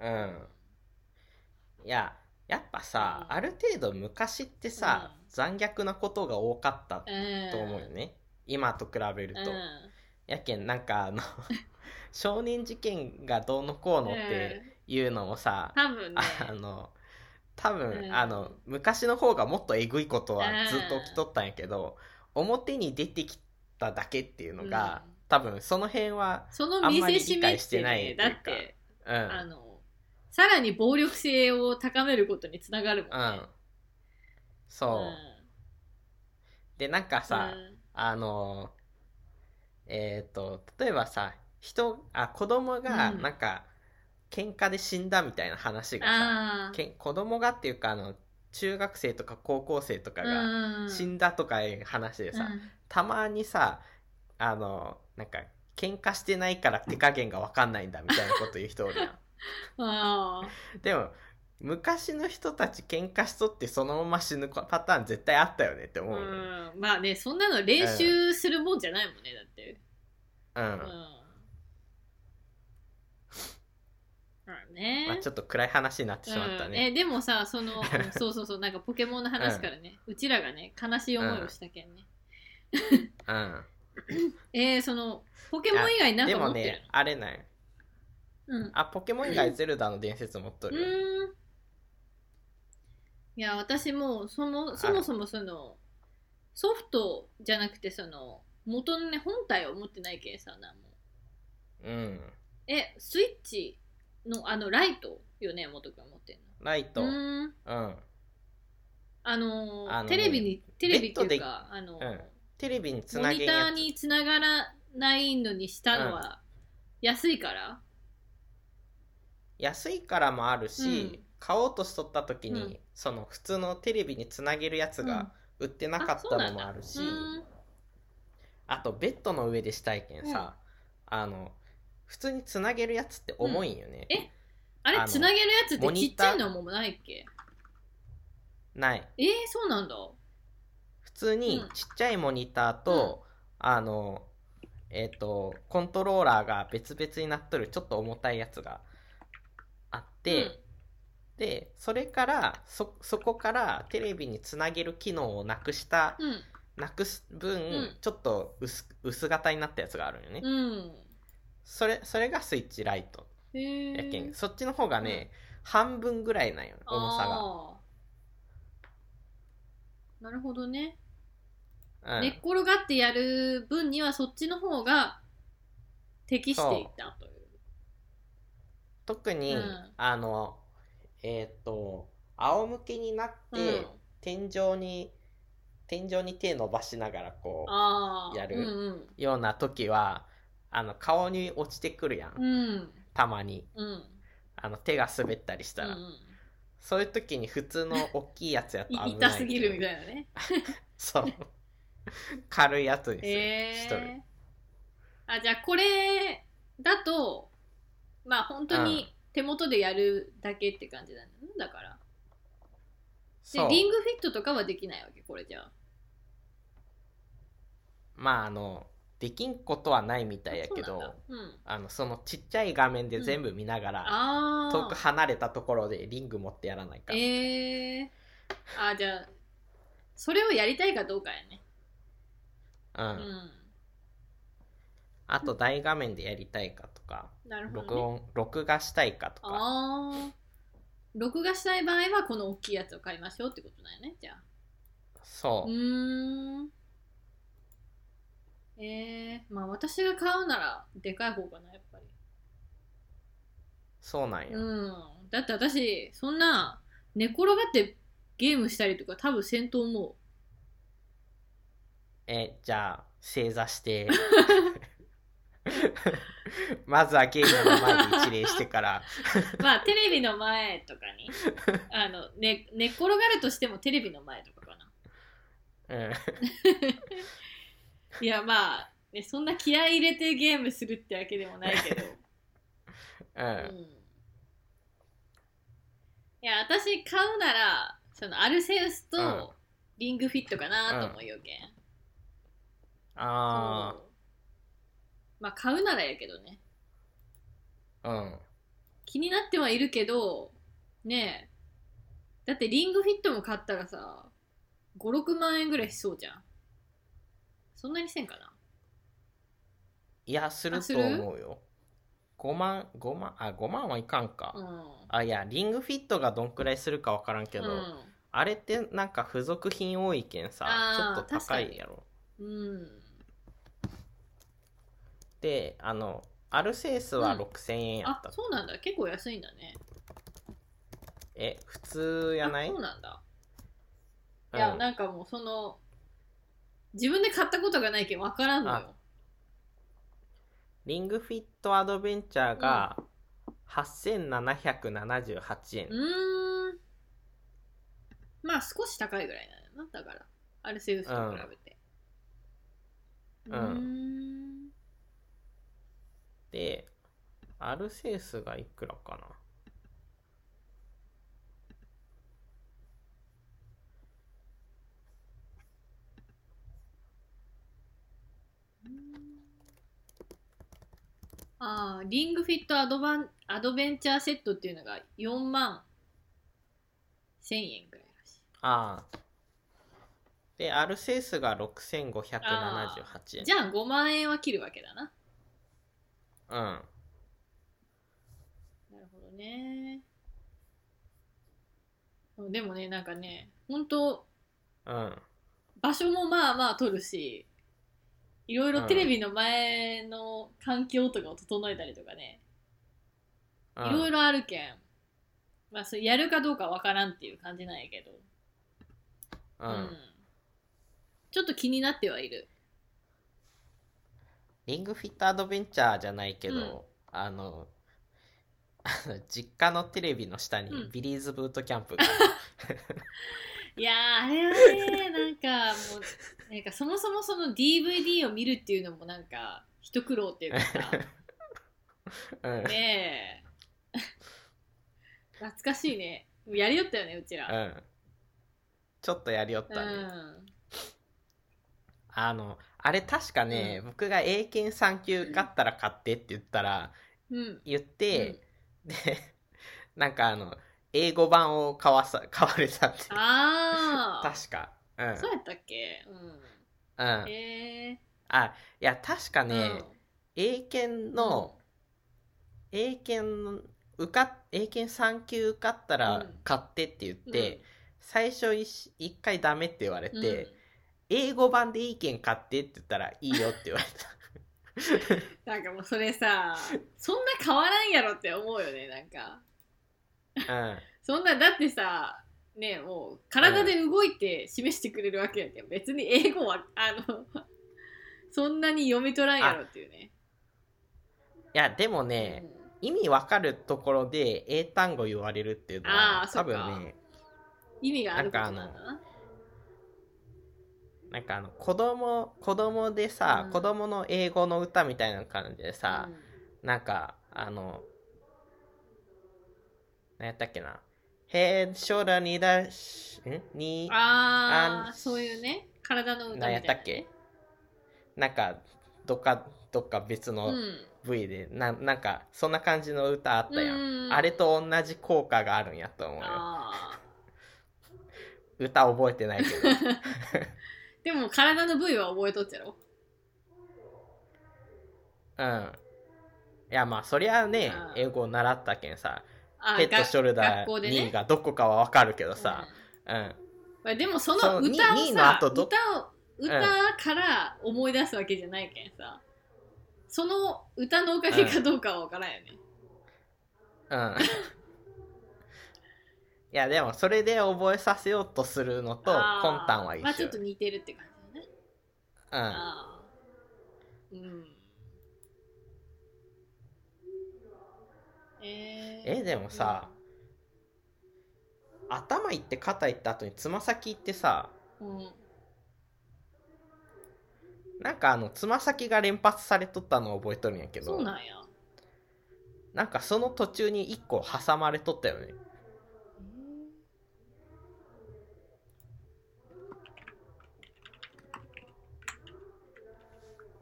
Speaker 3: うんいややっぱさ、
Speaker 2: うん
Speaker 3: ある程度昔ってさ、
Speaker 2: うん
Speaker 3: 残虐なことが多かった
Speaker 2: うん
Speaker 3: と思うよね、今と比べると、
Speaker 2: うん
Speaker 3: やけんなんかあの 少年事件がどうのこうのって
Speaker 2: うん
Speaker 3: いうのもさ、
Speaker 2: 多分ね
Speaker 3: あの多分、
Speaker 2: うん
Speaker 3: あの昔の方がもっとえぐいことは
Speaker 2: うん
Speaker 3: ずっと起きとったんやけど、表に出てきただけっていうのが、
Speaker 2: うん
Speaker 3: 多分その辺は
Speaker 2: その見せしめって
Speaker 3: あんまり理解してない
Speaker 2: ね
Speaker 3: と
Speaker 2: だ
Speaker 3: いう
Speaker 2: っ
Speaker 3: か
Speaker 2: て
Speaker 3: うん
Speaker 2: あのさらに暴力性を高めることにつながるもん
Speaker 3: う
Speaker 2: ね
Speaker 3: ん。そう、でなんかさ、
Speaker 2: うん
Speaker 3: あのえっ、と例えばさ人あ子供が
Speaker 2: うん
Speaker 3: なんか、喧嘩で死んだみたいな話がさ
Speaker 2: ああ
Speaker 3: けん子供がっていうかあの中学生とか高校生とかが
Speaker 2: が
Speaker 3: 死んだとかいう話でさ、たまにさあのなんか喧嘩してないから手加減が分かんないんだみたいなこと言う人おるやん。
Speaker 2: ああ
Speaker 3: でも昔の人たち喧嘩しとってそのまま死ぬパターン絶対あったよねって思うよね、
Speaker 2: うんまあねそんなの練習するもんじゃないもんねだって
Speaker 3: うん
Speaker 2: うんまあね
Speaker 3: まあ、ちょっと暗い話になってしまった
Speaker 2: うん
Speaker 3: ね、
Speaker 2: えでもさそのうんそうそうそうなんかポケモンの話からね、うちらがね悲しい思いをしたけんね、
Speaker 3: うん
Speaker 2: えー、そのポケモン以外なん
Speaker 3: で
Speaker 2: か持
Speaker 3: も
Speaker 2: ってる
Speaker 3: ねあれない
Speaker 2: の、
Speaker 3: あポケモン以外ゼルダの伝説持っと
Speaker 2: うん
Speaker 3: るよ、
Speaker 2: うーんいや私もうそもそもそもそのソフトじゃなくてその元のね本体を持ってないけんさなんも
Speaker 3: うん
Speaker 2: えスイッチのあのライトよね元君持ってんの
Speaker 3: ライト、
Speaker 2: う
Speaker 3: うん
Speaker 2: ーんあのー
Speaker 3: あのね
Speaker 2: テレビにテレビって
Speaker 3: ベッドで
Speaker 2: いうかあの、
Speaker 3: うんテレビにつ
Speaker 2: モ
Speaker 3: なげ
Speaker 2: ニ
Speaker 3: ん
Speaker 2: タ
Speaker 3: や
Speaker 2: ー
Speaker 3: つ
Speaker 2: につながらないのにしたのは安いから、
Speaker 3: 安いからもあるし、
Speaker 2: うん
Speaker 3: 買おうとしとった時に、
Speaker 2: うん
Speaker 3: その普通のテレビにつなげるやつが売ってなかったのもあるし、
Speaker 2: うーん
Speaker 3: あとベッドの上でしたいけんさ、あの普通につなげるやつって重いんよね、
Speaker 2: うんあれ
Speaker 3: あの
Speaker 2: つなげるやつって
Speaker 3: モ
Speaker 2: ち
Speaker 3: ニ
Speaker 2: っち
Speaker 3: ター
Speaker 2: ゃいのもないっけ
Speaker 3: ない
Speaker 2: えー、そうなんだ
Speaker 3: 普通に
Speaker 2: うん
Speaker 3: ちっちゃいモニターと、あのえっ、とコントローラーが別々になっとるちょっと重たいやつがあって、
Speaker 2: うん
Speaker 3: でそれからそそこからテレビにつなげる機能をなくした、
Speaker 2: うん
Speaker 3: なくす分、
Speaker 2: ん
Speaker 3: ちょっと薄薄型になったやつがあるんよね、
Speaker 2: うん
Speaker 3: それそれがスイッチライト
Speaker 2: へえ
Speaker 3: やけんそっちの方がね、半分ぐらいなんよ重さ
Speaker 2: あーなるほどね、
Speaker 3: が、うん
Speaker 2: 寝っ転がってやる分にはそっちの方が適していたという
Speaker 3: 特に、
Speaker 2: うん
Speaker 3: あのえっ、と仰向けになって、
Speaker 2: うん、
Speaker 3: 天井に天井に手伸ばしながらこ
Speaker 2: ああ
Speaker 3: やる
Speaker 2: うん
Speaker 3: うような時はあの顔に落ちてくるやん、
Speaker 2: うんうん
Speaker 3: たまに
Speaker 2: うん
Speaker 3: あの手が滑ったりしたら、
Speaker 2: うん
Speaker 3: そういう時に普通 の大きいやつやと危ない
Speaker 2: い痛すぎるみ
Speaker 3: いな
Speaker 2: たいなね。
Speaker 3: そう軽いやつにする、
Speaker 2: え
Speaker 3: しとる
Speaker 2: えあじゃあこれだとまあ本当に手元でやるだけって感じなんだ,、だからで
Speaker 3: そう
Speaker 2: リングフィットとかはできないわけこれじゃあ
Speaker 3: まああのできんことはないみたいやけ
Speaker 2: そう
Speaker 3: ど
Speaker 2: なんだうん、
Speaker 3: あのそのちっちゃい画面で全部見ながら、
Speaker 2: あ
Speaker 3: 遠く
Speaker 2: あ
Speaker 3: 離れたところでリング持ってやらないか、
Speaker 2: えー、あじゃあそれをやりたいかどうかやね
Speaker 3: うん
Speaker 2: う
Speaker 3: あと大画面でやりたいかとか
Speaker 2: んなるほ
Speaker 3: 録
Speaker 2: ど、ね、
Speaker 3: 音録画したいかとか
Speaker 2: ああ録画したい場合はこの大きいやつを買いましょうってことだよねじゃあ
Speaker 3: そうう、
Speaker 2: ーん。えー、まあ私が買うならでかい方かな、やっぱり。
Speaker 3: そうなんよ、
Speaker 2: うん。だって私、そんな寝転がってゲームしたりとか多分せんと思
Speaker 3: えじゃあ正座して まずはゲームの前で一礼してから
Speaker 2: う。まあテレビの前とか に。あの、ね、寝転がるとしてもテレビの前とかかな。
Speaker 3: うん
Speaker 2: いや、まあ、ね、そんな気合い入れてゲームするってわけでもないけ ど。
Speaker 3: う
Speaker 2: うんんいや私買うならそのアルセウス
Speaker 3: うん
Speaker 2: とリングフィットかなと思うよけん、
Speaker 3: あ
Speaker 2: そうまあ買うならやけどね
Speaker 3: あうん
Speaker 2: 気になってはいるけどねえだってリングフィットも買ったらさ56万円ぐらいしそうじゃんそんなにせんかない
Speaker 3: やする
Speaker 2: あす
Speaker 3: と
Speaker 2: る
Speaker 3: 思うよ5万5万あ5万はいかんか、
Speaker 2: うん
Speaker 3: あいやリングフィットがどんくらいするかわからんけど、あれってなんか付属品多いけんさち
Speaker 2: あー
Speaker 3: ょっと高いやろ
Speaker 2: うん、うん、
Speaker 3: であのアルセウスは
Speaker 2: うん
Speaker 3: 6000円や
Speaker 2: あ
Speaker 3: った、
Speaker 2: そうなんだ結構安いんだね
Speaker 3: え普通やないう
Speaker 2: あそうんなんだいや、なんかもうその、自分で買ったことがないけん分からんのよ。
Speaker 3: リングフィットアドベンチャーが8778円、
Speaker 2: うーん。まあ少し高いぐらいなんだな、だから。アルセウスと比べて。
Speaker 3: う
Speaker 2: うんーん。
Speaker 3: でアルセウスがいくらかな
Speaker 2: ああ、リングフィットアドバンアドベンチャーセットっていうのが4万1000円ぐらいらしい。
Speaker 3: ああでアルセウスが6578円
Speaker 2: じゃあ5万円は切るわけだな。
Speaker 3: うん
Speaker 2: なるほどね。でもね、なんかね、本当
Speaker 3: うん
Speaker 2: 場所もまあまあ取るしいろいろテレビの前の環境とかを整えたりとかね、
Speaker 3: うん
Speaker 2: いろいろあるけんまあそれやるかどうかわからんっていう感じなんやけど、
Speaker 3: うん、
Speaker 2: ちょっと気になってはいる
Speaker 3: リングフィットアドベンチャーじゃないけど、
Speaker 2: うん
Speaker 3: あの あの実家のテレビの下
Speaker 2: う
Speaker 3: に
Speaker 2: ん
Speaker 3: ビリーズブートキャンプ が、
Speaker 2: いやーあれはねなんかもうなんかそもそもその DVD を見るっていうのもなんか一苦労っていうかさ
Speaker 3: うん
Speaker 2: ねえ 懐かしいねやりよったよねうちら、
Speaker 3: うん、ちょっとやりよっ
Speaker 2: う
Speaker 3: たね、
Speaker 2: ん
Speaker 3: あのあれ確かね、僕が英検3級買ったら買ってって言ったら
Speaker 2: うん
Speaker 3: 言って、でなんかあの英語版を買わさ買われたって
Speaker 2: ああ
Speaker 3: 確かうん
Speaker 2: そうやったっけうん。
Speaker 3: うん
Speaker 2: へえ
Speaker 3: あいや確か
Speaker 2: ー。
Speaker 3: ね、英検の、英検受かっ英検3級受かった
Speaker 2: う
Speaker 3: ら
Speaker 2: ん
Speaker 3: 買ってって言っ
Speaker 2: うん、
Speaker 3: て、最初 1, 回ダメって言われて、
Speaker 2: うん、
Speaker 3: 英語版でいい券買ってって言ったらいいよって言われ
Speaker 2: なんかもうそれさ、そんな変わらんやろって思うよね、なんか。
Speaker 3: た、うん、
Speaker 2: そんな、だってさ、ねもう体で動いて示してくれるわけやけん、別に英語は、あの、 そんなに読み取らんやろっていうね。
Speaker 3: いやでもね、意味わかるところで英単語言われるっていうの
Speaker 2: あー
Speaker 3: は
Speaker 2: そ
Speaker 3: 多
Speaker 2: っか
Speaker 3: 分ね
Speaker 2: うん意味があることなんだ
Speaker 3: なん
Speaker 2: な。
Speaker 3: なんかあの子供子供でさ、
Speaker 2: うん
Speaker 3: 子供の英語の歌みたいな感じでさ、なんかあの何やったっけな「ヘッショラにだし」んに
Speaker 2: あ
Speaker 3: あ
Speaker 2: あ
Speaker 3: ん
Speaker 2: そういうね体の歌みた
Speaker 3: 何
Speaker 2: い
Speaker 3: や
Speaker 2: な
Speaker 3: ったっけなんかどっかどっか別
Speaker 2: う
Speaker 3: の
Speaker 2: ん
Speaker 3: V で、ななんかそんな感じの歌あったやん、
Speaker 2: うん
Speaker 3: あれと同じ効果があるんやと思うよ
Speaker 2: あ
Speaker 3: 歌覚えてないけ ど
Speaker 2: ーでも体の部位は覚えとっちゃろ
Speaker 3: うんいやまあそりゃあね
Speaker 2: うん
Speaker 3: 英語習ったけんさ
Speaker 2: あ
Speaker 3: ヘッドショルダ
Speaker 2: 学校
Speaker 3: ー
Speaker 2: で
Speaker 3: 2
Speaker 2: ね
Speaker 3: がどこかはわかるけどさ、うん、
Speaker 2: まあでもそ
Speaker 3: そ
Speaker 2: の
Speaker 3: の
Speaker 2: 歌を
Speaker 3: ににの
Speaker 2: さ
Speaker 3: 後
Speaker 2: 歌
Speaker 3: ど
Speaker 2: を歌から思い出すわけじゃないけんさその歌のおかげかどうかは分からんよね、
Speaker 3: うん。いや、でも、それで覚えさせようとするのと、
Speaker 2: あ
Speaker 3: 魂
Speaker 2: ー
Speaker 3: 胆は一緒。
Speaker 2: まあちょっと似てるって感じだね、
Speaker 3: うん。
Speaker 2: ああーうんえー、
Speaker 3: え、でもさ、頭いって肩いった後につま先いってさ、
Speaker 2: うん
Speaker 3: なんかあの、つま先が連発されとったのを覚えとるんやけ
Speaker 2: そ
Speaker 3: ど、
Speaker 2: う
Speaker 3: な
Speaker 2: なんや、
Speaker 3: んかその途中に一個挟まれとったよね。
Speaker 2: えー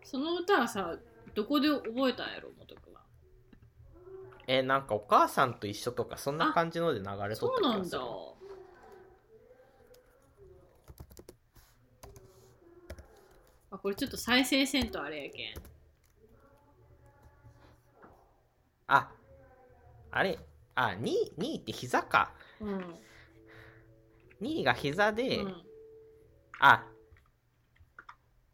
Speaker 2: その歌はさどこで覚えたんやろ元くんは
Speaker 3: え、なんかお母さんと一緒とか、そんな感じので流れと
Speaker 2: そ
Speaker 3: った
Speaker 2: う
Speaker 3: 気
Speaker 2: な
Speaker 3: が
Speaker 2: ん
Speaker 3: する
Speaker 2: だ。あこれちょっと再生せんとあれやけん
Speaker 3: あ、あれ、あ、2、2って膝か。
Speaker 2: うん、
Speaker 3: 2が膝で、
Speaker 2: うん
Speaker 3: あ、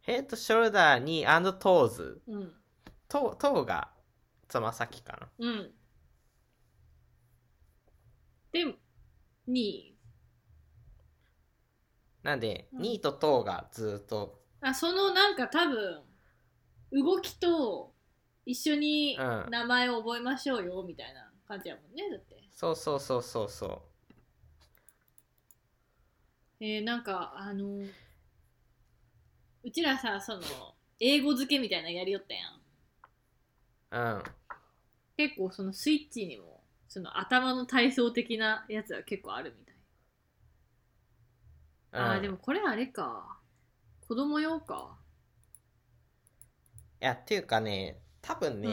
Speaker 3: ヘッド、ショルダーに、アンドトーズ。
Speaker 2: うん
Speaker 3: トー、トーが、つま先かな。
Speaker 2: うんで2位
Speaker 3: なんで、
Speaker 2: うん
Speaker 3: ニーとトーがずーっと、
Speaker 2: あそのなんか多分動きと一緒に
Speaker 3: うん
Speaker 2: 名前を覚えましょうよみたいな感じやもんねだって
Speaker 3: そうそうそうそうそ
Speaker 2: えー、なんかあのうちらさその英語付けみたいなのやりよったやん
Speaker 3: う。うん。
Speaker 2: 結構そのスイッチにもその頭の体操的なやつは結構あるみたい、
Speaker 3: うん、
Speaker 2: あーでもこれあれか子供用か、
Speaker 3: いや、っていうかね、多分ね、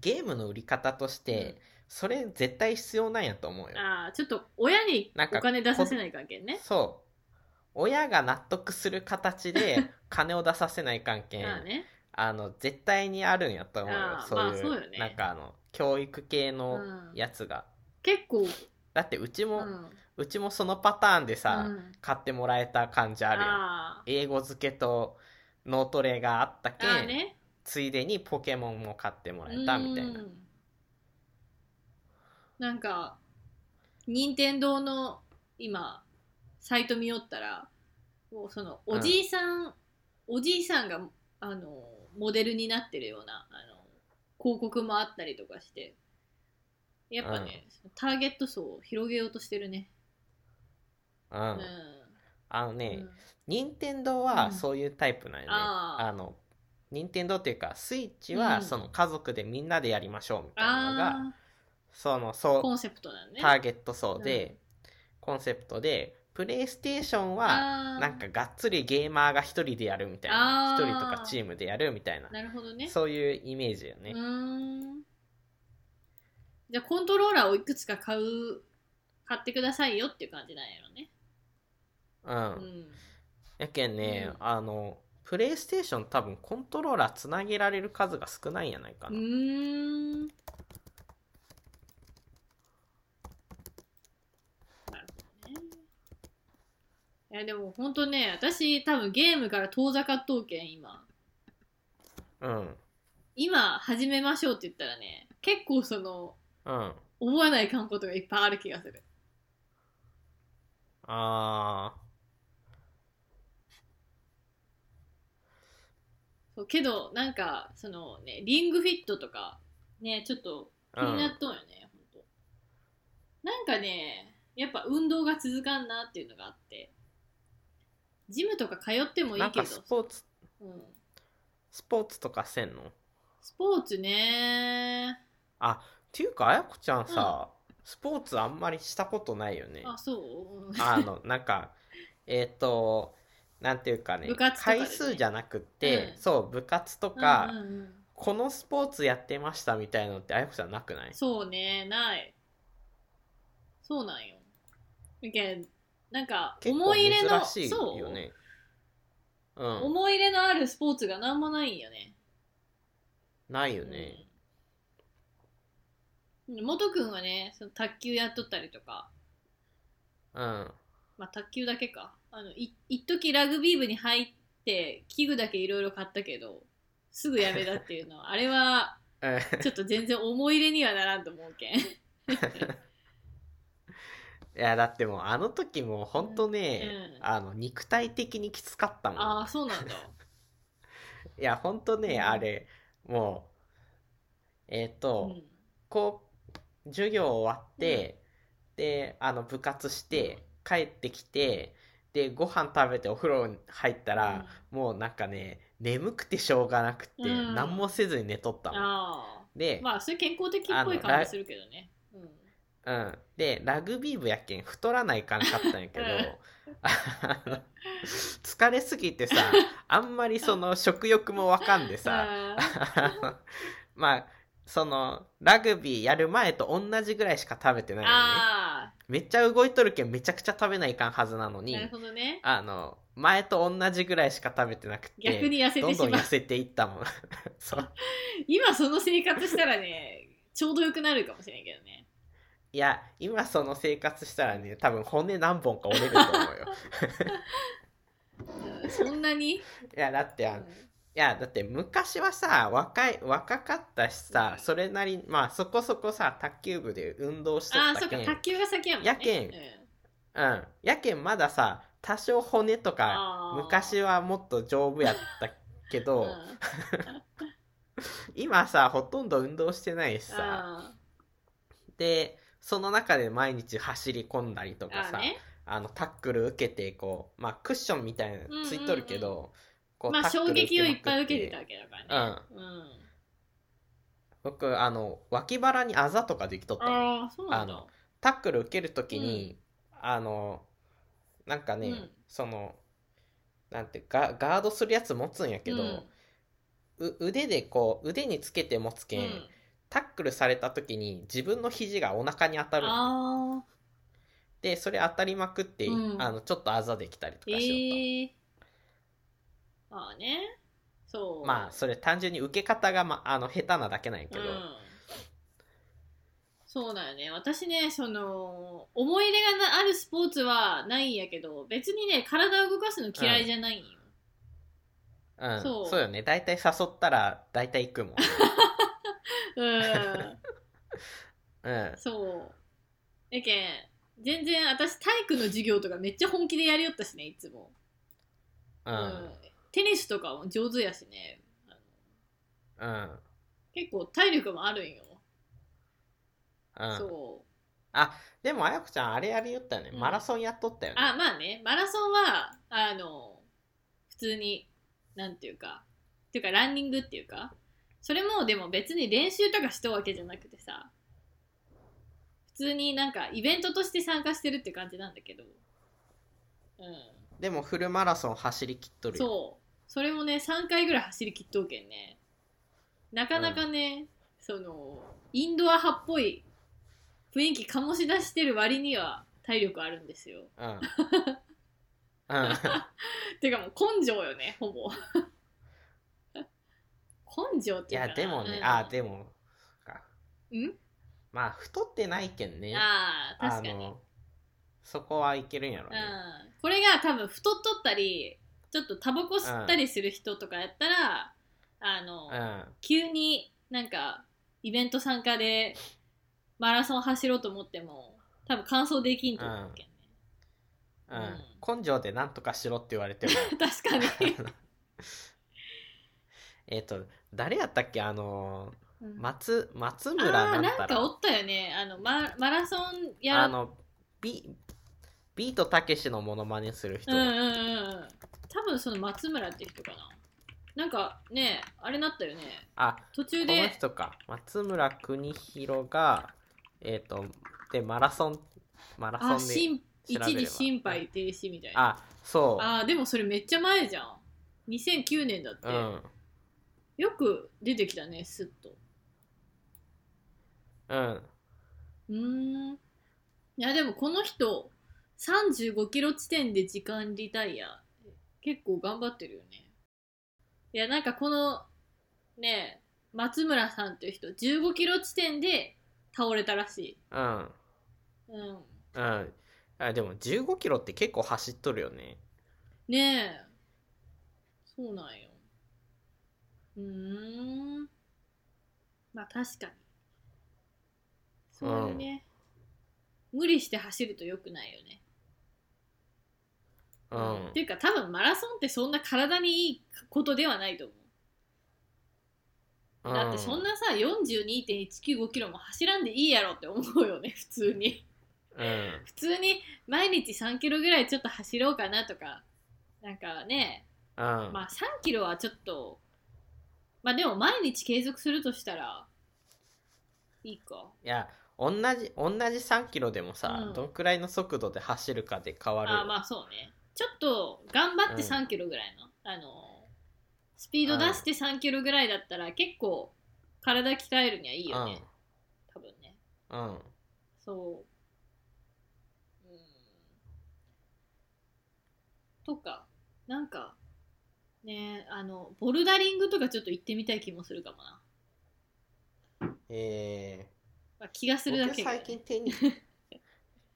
Speaker 3: ゲームの売り方として、
Speaker 2: うん
Speaker 3: それ絶対必要なんやと思うよ
Speaker 2: うん、。ああちょっと親に
Speaker 3: なんか
Speaker 2: お金出させない関係ね
Speaker 3: そう。親が納得する形 で金を出させない関係、
Speaker 2: ああね
Speaker 3: あの、絶対にあるんやと思うよ
Speaker 2: あ。ー
Speaker 3: そういう、
Speaker 2: まあそうよね
Speaker 3: なんかあの、教育系の
Speaker 2: うん
Speaker 3: やつが。
Speaker 2: 結構、
Speaker 3: だってうち
Speaker 2: う、
Speaker 3: も、うんちもそのパターンでさ、
Speaker 2: うん
Speaker 3: 買ってもらえた感じあるやん。
Speaker 2: あ
Speaker 3: 英語付けと脳トレがあった
Speaker 2: ーあ
Speaker 3: けん、
Speaker 2: ーね
Speaker 3: ついでにポケモンも買ってもらえたみたいな。
Speaker 2: うんなんか任天堂の今サイト見よったらもうそのおじいさん、おじいさんがあのモデルになってるようなあの広告もあったりとかしてやっぱね、ターゲット層を広げようとしてるね
Speaker 3: うん。
Speaker 2: うん、
Speaker 3: あの
Speaker 2: う
Speaker 3: ね
Speaker 2: ん、
Speaker 3: 任天堂
Speaker 2: う
Speaker 3: は
Speaker 2: ん
Speaker 3: そういうタイプなんよね。
Speaker 2: あー
Speaker 3: あの、任天堂っていうか、スイッチ
Speaker 2: う
Speaker 3: は
Speaker 2: ん
Speaker 3: その家族でみんなでやりましょうみたいなのが、
Speaker 2: あ
Speaker 3: その、
Speaker 2: あコ
Speaker 3: そう、
Speaker 2: ンセプトなんね
Speaker 3: ターゲット層
Speaker 2: う
Speaker 3: で、コンセプトで、プレイステーションは、
Speaker 2: あー
Speaker 3: なんかがっつりゲーマーが一人でやるみたい
Speaker 2: あ
Speaker 3: な。
Speaker 2: ー
Speaker 3: 一人とかチームでやるみたいな。
Speaker 2: なるほどね
Speaker 3: そういうイメージよね
Speaker 2: う。ーんじゃあコントローラーをいくつか買う買ってくださいよっていう感じなんやろね
Speaker 3: う。
Speaker 2: うんん
Speaker 3: やけんね、
Speaker 2: う
Speaker 3: あの、プレイステーション多分コントローラーつなげられる数が少ないんやないか
Speaker 2: う
Speaker 3: な。
Speaker 2: ーんなるほどねいやでもほんとね私多分ゲームから遠ざかっとうけん今
Speaker 3: うん。
Speaker 2: 今始めましょうって言ったらね結構その
Speaker 3: うん。
Speaker 2: 覚えないかんことがいっぱいある気がする
Speaker 3: あ
Speaker 2: そうけどなんかそのねリングフィットとかねちょっと気
Speaker 3: ー。う
Speaker 2: になんっ。とんよね、ほんと、なんかねやっぱ運動が続かんなっていうのがあってジムとか通ってもい
Speaker 3: ないん
Speaker 2: け
Speaker 3: か
Speaker 2: ど
Speaker 3: スポーツ
Speaker 2: うん、
Speaker 3: スポーツとかせんのっ
Speaker 2: スポーツね
Speaker 3: ていうかあやこちゃんさ、スポーツあんまりしたことないよね
Speaker 2: あそう、うん
Speaker 3: あのなんかえっ、となんていうかね
Speaker 2: 部活とかで
Speaker 3: 回
Speaker 2: ね
Speaker 3: 数じゃなくって、
Speaker 2: うん
Speaker 3: そう部活とか、
Speaker 2: うんうんうん
Speaker 3: このスポーツやってましたみたいのってあやこちゃんなくない
Speaker 2: そうね、ない。そうなんよ。いけんなんか、
Speaker 3: 結
Speaker 2: 思
Speaker 3: 構
Speaker 2: い入れの、
Speaker 3: 珍しいよねう
Speaker 2: そう、
Speaker 3: ん
Speaker 2: 思い入れのあるスポーツがなんもないんよね。
Speaker 3: ないよね、
Speaker 2: うん。元くんはね、その卓球やっとったりとか、
Speaker 3: うん、
Speaker 2: まあ卓球だけか。あの、い一時ラグビー部に入って、器具だけいろいろ買ったけど、すぐやめたってい うのは、あれは、
Speaker 3: うん
Speaker 2: ちょっと全然思い入れにはならんと思うけん。
Speaker 3: いやだってもうあの時もほんとね、
Speaker 2: うん
Speaker 3: あの肉体的にきつかったも
Speaker 2: ああ、そうなんだ。
Speaker 3: んいやほんとね、
Speaker 2: うん
Speaker 3: あれもうえっ、
Speaker 2: う
Speaker 3: と、
Speaker 2: ん。
Speaker 3: こう授業終わって、であの部活して帰ってきてでご飯食べてお風呂入ったら、もうなんかね眠くてしょうがなくて、
Speaker 2: うん
Speaker 3: 何もせずに寝とった
Speaker 2: うん、
Speaker 3: の。
Speaker 2: ああ。
Speaker 3: で、
Speaker 2: まあ、それ健康的っぽい感じするけどね。うん。
Speaker 3: うん、でラグビー部やけん太らないかんかったんやけど、
Speaker 2: うん
Speaker 3: あの疲れすぎてさあんまりその食欲もわかんでさ、
Speaker 2: あ
Speaker 3: まあそのラグビーやる前と同じぐらいしか食べてないのね
Speaker 2: あ
Speaker 3: めっちゃ動いとるけんめちゃくちゃ食べないかんはずなの
Speaker 2: ー、
Speaker 3: に
Speaker 2: なるほどね。
Speaker 3: あの前と同じぐらいしか食べてなくて
Speaker 2: 逆に痩せ
Speaker 3: ど
Speaker 2: て
Speaker 3: んど
Speaker 2: し
Speaker 3: ん
Speaker 2: まう
Speaker 3: 痩。せていったもん そう
Speaker 2: 今その生活したらね、ちょうどよくなるかもしれんけどね。
Speaker 3: いや、今その生活したらね、多分骨何本か折れると思 うよ。
Speaker 2: うんそんなに、
Speaker 3: いや、だってあの、いや、だって昔はさ、若い、若かったしさ、それなり、まあそこそこさ、卓球部で運動しと
Speaker 2: あ
Speaker 3: っ
Speaker 2: あ、そ
Speaker 3: た
Speaker 2: っ
Speaker 3: け
Speaker 2: か、
Speaker 3: ん。
Speaker 2: 卓球が先やもんね。
Speaker 3: やけん
Speaker 2: うん
Speaker 3: うん。やけんまださ、多少骨とか、
Speaker 2: あー
Speaker 3: 昔はもっと丈夫やったけど、
Speaker 2: うん
Speaker 3: 今さ、ほとんど運動してないしさ、
Speaker 2: あ
Speaker 3: で、その中で毎日走り込んだりと
Speaker 2: ー
Speaker 3: か
Speaker 2: あ
Speaker 3: さ
Speaker 2: ー、ね。
Speaker 3: あのタックル受けてこう、まあ、クッションみたいなのついとるけど、
Speaker 2: うん
Speaker 3: こう
Speaker 2: まあ、
Speaker 3: タッ
Speaker 2: 衝
Speaker 3: クル
Speaker 2: 撃をいっ
Speaker 3: ま
Speaker 2: ぱい
Speaker 3: く
Speaker 2: 受けてたわけだからね。うん。
Speaker 3: 僕あの脇腹にあざとかできとったの
Speaker 2: ああ、そうなん
Speaker 3: あ
Speaker 2: だ
Speaker 3: の。タックル受けるときに、あのなんかね、
Speaker 2: うん
Speaker 3: そのなんてガガードするやつ持つんやけど、
Speaker 2: うん
Speaker 3: う腕でこう腕につけて持つけん、
Speaker 2: うん
Speaker 3: タックルされたときに自分の肘がお腹に当たるの
Speaker 2: ああ、
Speaker 3: でそれ当たりまくって、
Speaker 2: うん
Speaker 3: あのちょっとあざできたりと
Speaker 2: え
Speaker 3: かしよった。
Speaker 2: えー。まあね。そう。
Speaker 3: まあそれ単純に受け方が、ま、あの下手なだけなんやけど、
Speaker 2: うん、そうだよね私ねその思い入れがなあるスポーツはないんやけど別にね体を動かすの嫌いじゃないんよ、
Speaker 3: うん
Speaker 2: そ
Speaker 3: そううよね大体誘ったら大体行くもん、
Speaker 2: うん、
Speaker 3: うん、
Speaker 2: そうやけん全然私体育の授業とかめっちゃ本気でやりよったしねいつも、
Speaker 3: う
Speaker 2: うんテニスとかも上手やしねあの
Speaker 3: うん
Speaker 2: 結構体力もあるんよ、
Speaker 3: うん
Speaker 2: そう
Speaker 3: でもあやこちゃんあれやりよったよね
Speaker 2: うん
Speaker 3: マラソンやっとったよね、
Speaker 2: あまあねマラソンはあの普通になんていうかっていうかランニングっていうかそれもでも別に練習とかしとうわけじゃなくてさ普通になんかイベントとして参加してるって感じなんだけどう
Speaker 3: でもフルマラソン走りきっと
Speaker 2: ん
Speaker 3: るよ
Speaker 2: そうそれもね3回ぐらい走りきっとうけんねなかなかね、そのインドア派っぽい雰囲気醸し出してる割には体力あるんですよ
Speaker 3: うん、うん、
Speaker 2: てかもう根性よねほぼ 根性っ
Speaker 3: い
Speaker 2: ていうか
Speaker 3: やでもね、
Speaker 2: うん
Speaker 3: あでもそっか
Speaker 2: ん
Speaker 3: まあ太ってないけんね
Speaker 2: あー確かに、うん、
Speaker 3: のそこはいけるんやろね、
Speaker 2: これが多分太っとったりちょっとタバコ吸ったりする人とかやったら、あの、
Speaker 3: うん
Speaker 2: 急になんかイベント参加でマラソン走ろうと思っても多分完走できんと思うけんね、
Speaker 3: うん、根性でなんとかしろって言われ ても
Speaker 2: 確かに、
Speaker 3: えっと誰やったっけあの
Speaker 2: うん
Speaker 3: 松松村
Speaker 2: あ
Speaker 3: な
Speaker 2: ー
Speaker 3: ん
Speaker 2: なん
Speaker 3: た
Speaker 2: からおったよねあのママラソンや
Speaker 3: あ
Speaker 2: る
Speaker 3: のビビートたけしのモノマネする人、
Speaker 2: うんうんうんうん多分その松村って人かななんかねあれなったよね
Speaker 3: あ
Speaker 2: 途中
Speaker 3: この
Speaker 2: で
Speaker 3: 人か松村邦弘がえっ、とでマラソンマラソ
Speaker 2: あ
Speaker 3: ンで
Speaker 2: 心一
Speaker 3: 調べれば
Speaker 2: 時心肺停止みたいな
Speaker 3: あそう
Speaker 2: あーでもそれめっちゃ前じゃん2009年だって、
Speaker 3: うん
Speaker 2: よく出てきたねスッと
Speaker 3: うん
Speaker 2: うーんいやでもこの人35キロ地点で時間リタイア結構頑張ってるよねいやなんかこのねえ松村さんっていう人15キロ地点で倒れたらし
Speaker 3: うん
Speaker 2: いうん
Speaker 3: うんあでも1 5キロって結構走っとるよね
Speaker 2: ねえそうなんようーんまあ確かにそういうね、無理して走ると良くないよね
Speaker 3: うん
Speaker 2: っていうか多分マラソンってそんな体にいいことではないと思う。だってそんなさ42.195キロも走らんでいいやろって思うよね 普通に。
Speaker 3: うん
Speaker 2: 普通に毎日3キロぐらいちょっと走ろうかなとかなんかね
Speaker 3: うん、
Speaker 2: まあ3キロはちょっとまあでも毎日継続するとしたらいいか。
Speaker 3: いや同じ同じ3キロでもさ、
Speaker 2: うん
Speaker 3: どんくらいの速度で走るかで変わるよ
Speaker 2: あーまあそうねちょっと頑張って
Speaker 3: うん
Speaker 2: 3キロぐらいの、あのスピード出して3キロぐらいだったら結構体鍛えるにはいいよね、多分ね
Speaker 3: うんうん
Speaker 2: そううんとかなんかねあのボルダリングとかちょっと行ってみたい気もするかもな、
Speaker 3: え
Speaker 2: まあ、気がする
Speaker 3: ー、
Speaker 2: だ
Speaker 3: 僕
Speaker 2: けがね、
Speaker 3: 最近テ ニ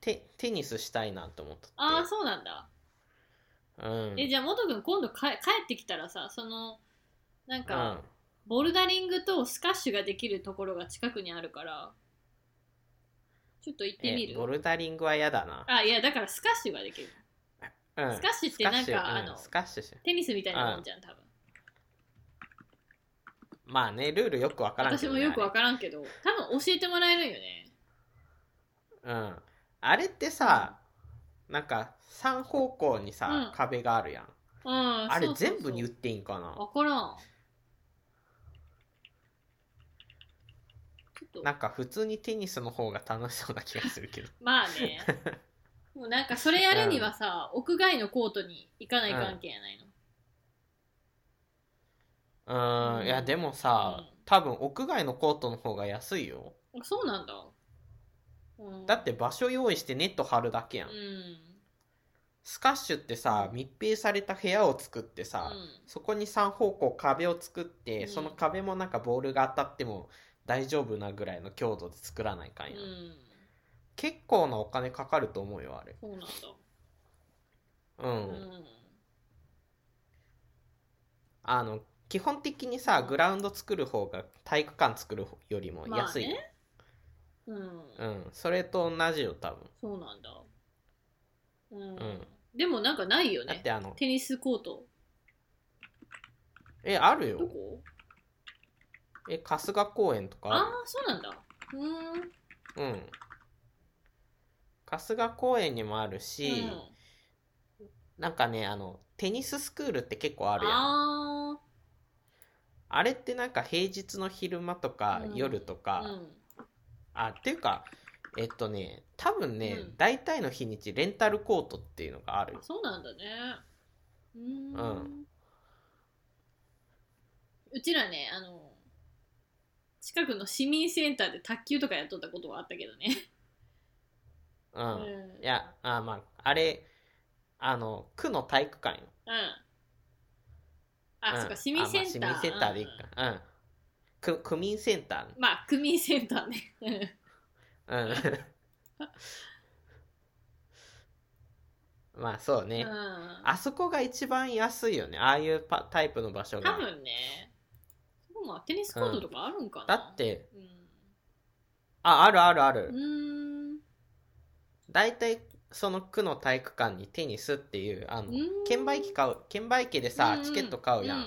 Speaker 3: テテニスしたいなと思ってて
Speaker 2: ああそうなんだ
Speaker 3: うん
Speaker 2: えじゃあ元君今度か帰ってきたらさそのなんか、
Speaker 3: うん
Speaker 2: ボルダリングとスカッシュができるところが近くにあるから、ちょっと行ってみ
Speaker 3: えボ
Speaker 2: る。
Speaker 3: ルダリングは嫌だな。
Speaker 2: あ、いや、だからスカッシュができる。
Speaker 3: うん
Speaker 2: スカッシュってなん
Speaker 3: スカッシュ
Speaker 2: か、あ
Speaker 3: うん
Speaker 2: の、
Speaker 3: スカッシュし
Speaker 2: テニスみたいなもんじゃん、多分。
Speaker 3: まあね、ルールよくわからん
Speaker 2: 私もよくわ
Speaker 3: か
Speaker 2: からんけど、多分教えてもらえるんよね。
Speaker 3: らん。うん。あれってさ、なんか3方向にさ、
Speaker 2: うん
Speaker 3: 壁があるやん。
Speaker 2: うん、
Speaker 3: あれ
Speaker 2: そうそうそう
Speaker 3: 全部に言っていいんかな
Speaker 2: わからん。ちょっ
Speaker 3: な
Speaker 2: と、
Speaker 3: んか普通にテニスの方が楽しそうな気がする けど。
Speaker 2: ま あね。もうなんかそれやるにはさ、屋外のコートに行かない関係やないの。
Speaker 3: うーん、いやでもさ、
Speaker 2: うん
Speaker 3: 多分屋外のコートの方が安いよ。
Speaker 2: あそうなんだ。うん、
Speaker 3: だって場所用意してネット張るだけやん。
Speaker 2: うん。
Speaker 3: スカッシュってさ、密閉された部屋を作ってさ、
Speaker 2: うん
Speaker 3: そこに3方向壁を作って、
Speaker 2: うん
Speaker 3: その壁もなんかボールが当たっても大丈夫なぐらいの強度で作らないかんや、
Speaker 2: うん、
Speaker 3: 結構なお金かかると思うよあれ
Speaker 2: そうなんだ。
Speaker 3: うん、
Speaker 2: うん。
Speaker 3: あの基本的にさグラウンド作る方が体育館作るよりも安い、
Speaker 2: まあねうん。
Speaker 3: うんそれと同じよ多分
Speaker 2: そうなんだ。うん。
Speaker 3: ん
Speaker 2: でもなんかないよ
Speaker 3: だっ
Speaker 2: ね
Speaker 3: て。あの
Speaker 2: テニスコート。
Speaker 3: えある
Speaker 2: ど
Speaker 3: よ
Speaker 2: こ
Speaker 3: え春日公園とか
Speaker 2: ああ
Speaker 3: あ、
Speaker 2: そうなんだ。うーん。
Speaker 3: るうん春日公園にもあるし、
Speaker 2: うん、
Speaker 3: なんかねあのテニススクールって結構あるやん
Speaker 2: あ
Speaker 3: あれってなんか平日の昼間とか
Speaker 2: うん
Speaker 3: 夜と
Speaker 2: あ
Speaker 3: か、
Speaker 2: ー。うん。
Speaker 3: あっていうかえっとね多分ね、
Speaker 2: うん
Speaker 3: 大体の日にちレンタルコートっていうのがある
Speaker 2: あそうなんだね。うーん。
Speaker 3: う
Speaker 2: うちらね、あの、近くの市民センターで卓球とかやっとったことはあったけどね。
Speaker 3: う、
Speaker 2: うんん。
Speaker 3: いやあまああれあの区の体育館よ
Speaker 2: うん。あ、
Speaker 3: うん
Speaker 2: そっか、市民センター。
Speaker 3: あまあ市民センターでいいかうん、く区民センタ
Speaker 2: まあ、区民センターね。う
Speaker 3: ーうん まあそうね、
Speaker 2: ん。
Speaker 3: あそこが一番安いよねああいうパタイプの場所
Speaker 2: 多
Speaker 3: が
Speaker 2: 分ね、そこもテニスコートとかあるんか
Speaker 3: だ
Speaker 2: な。
Speaker 3: って
Speaker 2: うん。
Speaker 3: ああるあるある、
Speaker 2: うーん。
Speaker 3: 大体その区の体育館にテニスっていうあの
Speaker 2: うん
Speaker 3: 券売機買う券売機でさ、
Speaker 2: うん
Speaker 3: チケット買うやん、
Speaker 2: うん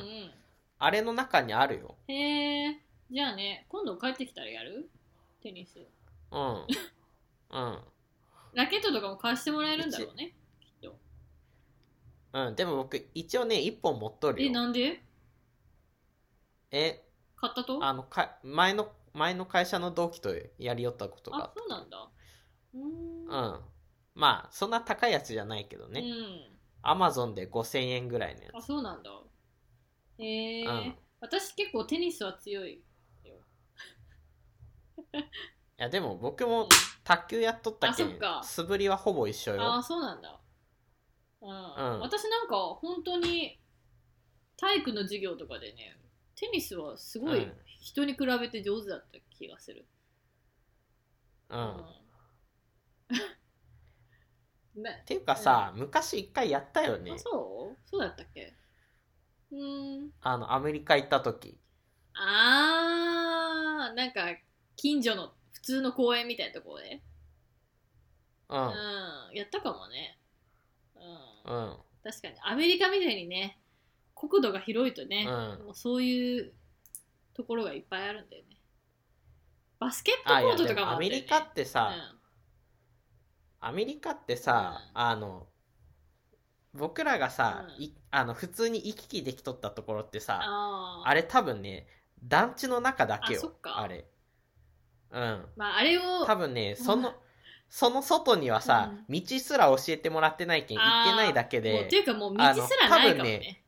Speaker 3: あれの中にあるよ
Speaker 2: うん。へえ。じゃあね、今度帰ってきたらやるテニス。
Speaker 3: うんうん
Speaker 2: ラケットとかも貸してもらえるんだろうね。
Speaker 3: うん、でも僕、一応ね、1本持っとる
Speaker 2: え、
Speaker 3: よ。
Speaker 2: なんで
Speaker 3: え、
Speaker 2: 買ったとあ
Speaker 3: あの、か前の、前の会社の同期とやりよったことがあっ
Speaker 2: そうなんだ。うーん。
Speaker 3: た。うん。まあ、そんな高いやつじゃないけど
Speaker 2: う
Speaker 3: ね。
Speaker 2: ん。
Speaker 3: アマゾンで5000円ぐらいのや
Speaker 2: あ、そうなんだ。えー
Speaker 3: うん
Speaker 2: 私結構テニスは強い。
Speaker 3: つ。いや、でも僕
Speaker 2: うん
Speaker 3: も卓球やっとったけ
Speaker 2: あそっ
Speaker 3: ん
Speaker 2: か、
Speaker 3: 素振りはほぼ一緒
Speaker 2: あ
Speaker 3: よ
Speaker 2: あ、。そうなんだ。うん。
Speaker 3: ん
Speaker 2: 私なんか本当に体育の授業とかでね、テニスはすご
Speaker 3: う
Speaker 2: い
Speaker 3: ん
Speaker 2: 人に比べて上手だった気がする。
Speaker 3: う。
Speaker 2: うん
Speaker 3: っ。
Speaker 2: ね、
Speaker 3: ていうかさ、昔一回やったよね
Speaker 2: あ、。そうそうだったっけうーん。
Speaker 3: あの、アメリカ行った時。
Speaker 2: あー、なんか近所の普通の公園みたいなところで。
Speaker 3: う。
Speaker 2: うんん。やったかもね。うん。
Speaker 3: うん。
Speaker 2: 確かに。アメリカみたいにね、国土が広いとね、
Speaker 3: うん。
Speaker 2: もうそういうところがいっぱいあるんだよね。バスケットコート
Speaker 3: で
Speaker 2: とか
Speaker 3: も
Speaker 2: もあ
Speaker 3: ア
Speaker 2: った
Speaker 3: メ
Speaker 2: よ、ね、
Speaker 3: リカって
Speaker 2: う
Speaker 3: さ、
Speaker 2: ん
Speaker 3: アメリカってさ、
Speaker 2: う
Speaker 3: あの僕らがさ、
Speaker 2: うん
Speaker 3: いあの普通に行き来できとったところってさ
Speaker 2: あー
Speaker 3: あれ多分ね団地の中だけ
Speaker 2: あそ
Speaker 3: よ
Speaker 2: っか
Speaker 3: あれうん
Speaker 2: まあ、あれを
Speaker 3: 多分ねその、
Speaker 2: うん
Speaker 3: その外にはさ、
Speaker 2: う
Speaker 3: 道すら教えてもらってないけん行
Speaker 2: あ
Speaker 3: っ
Speaker 2: ー
Speaker 3: てないだけ
Speaker 2: もう
Speaker 3: で
Speaker 2: っていうかもう道すらないかもね。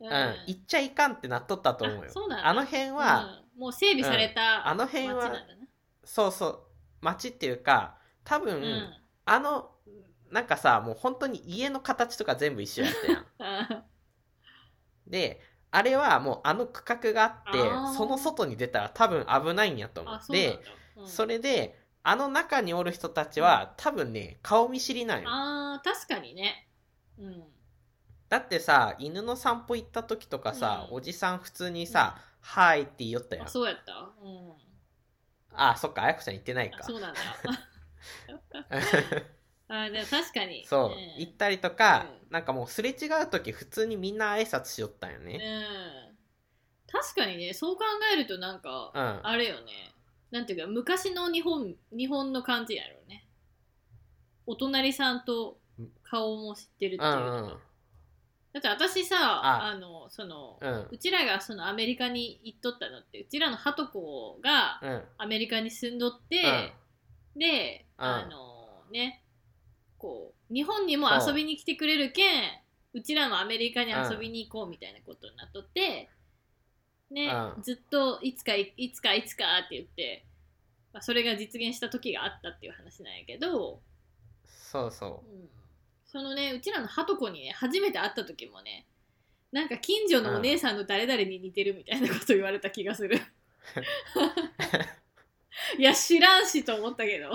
Speaker 3: う、
Speaker 2: うん
Speaker 3: 行っちゃいかんってなっとったと思うよ
Speaker 2: あそうなんだ
Speaker 3: あの辺は、
Speaker 2: うんもう整備された
Speaker 3: あの
Speaker 2: 街
Speaker 3: 辺
Speaker 2: なんだな
Speaker 3: は。そうそう町っていうか多分、
Speaker 2: うん
Speaker 3: あのなんかさもう本当に家の形とか全部一緒や ったやん
Speaker 2: あ
Speaker 3: であれはもうあの区画があって
Speaker 2: あー
Speaker 3: その外に出たら多分危ないんやと思
Speaker 2: あ、
Speaker 3: う
Speaker 2: そうなんだ
Speaker 3: で、。
Speaker 2: うん
Speaker 3: それであの中におる人たちは多分ね顔見知りなんよ
Speaker 2: ああ、確かにね。うん。
Speaker 3: だってさ犬の散歩行った時とかさ、
Speaker 2: うん
Speaker 3: おじさん普通にさ「はい」って言いよったやん
Speaker 2: あそうやった。うん。
Speaker 3: あそっかあやこちゃん行ってない
Speaker 2: あ
Speaker 3: か
Speaker 2: そうなん だ。あでも確かに。
Speaker 3: そう
Speaker 2: うん
Speaker 3: 行ったりとか、
Speaker 2: う
Speaker 3: なんかもうすれ違う時普通にみんな挨拶しよったんよね
Speaker 2: うん確かにねそう考えるとなんか、
Speaker 3: うん、
Speaker 2: あれよねなんていうか昔の日本日本の感じやろうねお隣さんと顔も知ってるっていう
Speaker 3: う
Speaker 2: か、
Speaker 3: んうん
Speaker 2: だって私さ
Speaker 3: あ
Speaker 2: あのその、
Speaker 3: う
Speaker 2: うんちらがそのアメリカに行っとったのってうちらのハトコが
Speaker 3: うん
Speaker 2: アメリカに住んどって、で、
Speaker 3: うん
Speaker 2: あのねこう日本にも遊びに来てくれるけんうちらもアメリカに遊びに行こうみたいなことになっとって、ね、
Speaker 3: うん
Speaker 2: ずっといつかいいつかいつかって言って、まあ、それが実現した時があったっていう話なんやけど、
Speaker 3: そうそううん
Speaker 2: そのねうちらのハトコにね初めて会った時もねなんか近所のお姉さんの誰々に似てるみたいなこと言われた気がするいや知らんしと思ったけど、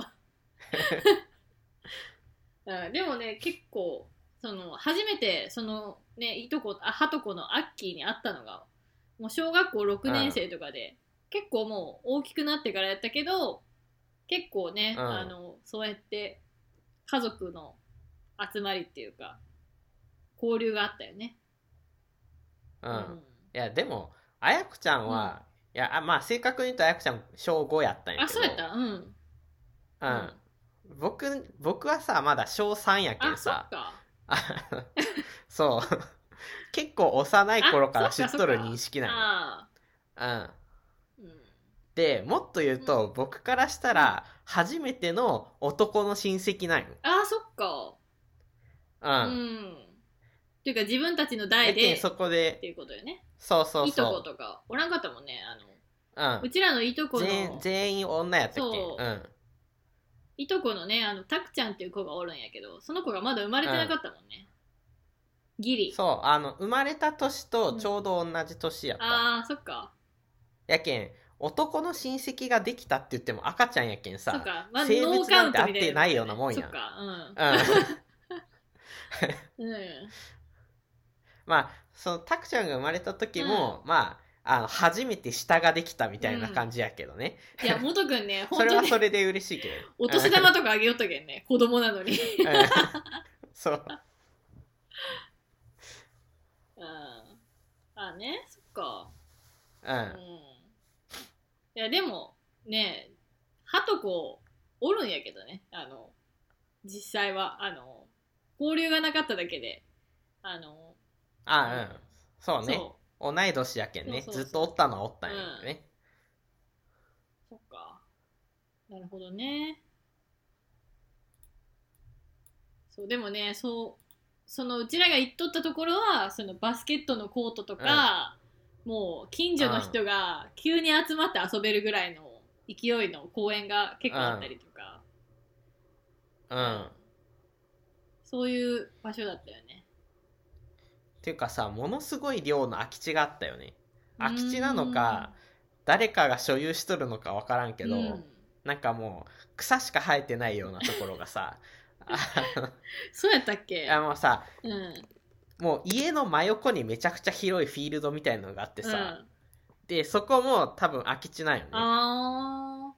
Speaker 2: うん、でもね結構その初めてそのねいとこあハトコのアッキーに会ったのがもう小学校6年生とかで、結構もう大きくなってからやったけど結構ね、
Speaker 3: うん
Speaker 2: あのそうやって家族の集まりっていうか交流があったよね。
Speaker 3: うん、いやでもあやこちゃんは、いやあまあ正確に言うとあやこちゃん小5やったんやけど
Speaker 2: あそうやったうん。
Speaker 3: うん、僕僕はさまだ小3やけ
Speaker 2: あ
Speaker 3: ん
Speaker 2: そっ
Speaker 3: さ
Speaker 2: か。
Speaker 3: あそう 結構幼い頃から
Speaker 2: あ
Speaker 3: 知
Speaker 2: そっ
Speaker 3: っ
Speaker 2: か
Speaker 3: とる認識な
Speaker 2: あ
Speaker 3: の、うん、
Speaker 2: ーうん
Speaker 3: でもっと言うと、僕からしたら初めての男の親戚なんよ、
Speaker 2: あーそっか。
Speaker 3: うん
Speaker 2: うん。っていうか自分たちの代
Speaker 3: やけ
Speaker 2: で
Speaker 3: ん
Speaker 2: っ
Speaker 3: そこ
Speaker 2: て
Speaker 3: で
Speaker 2: いうことよね。
Speaker 3: そうそう
Speaker 2: いと
Speaker 3: そ
Speaker 2: こ
Speaker 3: う
Speaker 2: とかおらんかったもんね。あの
Speaker 3: うん
Speaker 2: うちらのいとこの
Speaker 3: 全全員女やったっけ
Speaker 2: そ
Speaker 3: う
Speaker 2: う
Speaker 3: ん
Speaker 2: いとこのねあのタクちゃんっていう子がおるんやけどその子がまだ生まれてなかったもんね。ギリ。
Speaker 3: そうあの生まれた年とちょうど同じ年やった、
Speaker 2: ああそっか。
Speaker 3: やけん男の親戚ができたって言っても赤ちゃんやけん
Speaker 2: そ
Speaker 3: さ
Speaker 2: っか。まあ
Speaker 3: 性別なんて
Speaker 2: ノーカウントみた
Speaker 3: 合ってないようなもんやん
Speaker 2: そっか。うん。
Speaker 3: うん
Speaker 2: うん
Speaker 3: まあそのタクちゃんが生まれた時も、まああの初めて下ができたみたいな感じやけどね、
Speaker 2: い や、もとくんね、
Speaker 3: そ
Speaker 2: 本
Speaker 3: れ
Speaker 2: 当
Speaker 3: は
Speaker 2: に
Speaker 3: それで嬉しいけど
Speaker 2: お年玉とかあげよったけんね、子供 なのに。
Speaker 3: うん うんそう
Speaker 2: うん。あね、そっか。
Speaker 3: うん
Speaker 2: うん。いや、でも、ね、ハトコおるんやけどね、あの、実際はあの交流がなかっただけであの
Speaker 3: あうんそうね
Speaker 2: そ
Speaker 3: 同い年やけんね
Speaker 2: そうそうそう
Speaker 3: ずっとおったのはおったんやけどね、
Speaker 2: うそっかなるほどねそうでもねそうそのうちらが行っとったところはそのバスケットのコートとか、もう近所の人が急に集まって遊べるぐらいの勢いの公園が結構あったりとか、
Speaker 3: うん
Speaker 2: そういう場所だったよね
Speaker 3: っていうかさものすごい量の空き地があったよね空き地なのか誰かが所有しとるのか分からんけど、
Speaker 2: うん
Speaker 3: なんかもう草しか生えてないようなところが さあ
Speaker 2: そうやったっけ
Speaker 3: いやもうさ
Speaker 2: うん
Speaker 3: もう家の真横にめちゃくちゃ広いフィールドみたいなのがあって
Speaker 2: うん、
Speaker 3: さ、
Speaker 2: あ
Speaker 3: でそこも多分空き地なんよね
Speaker 2: あ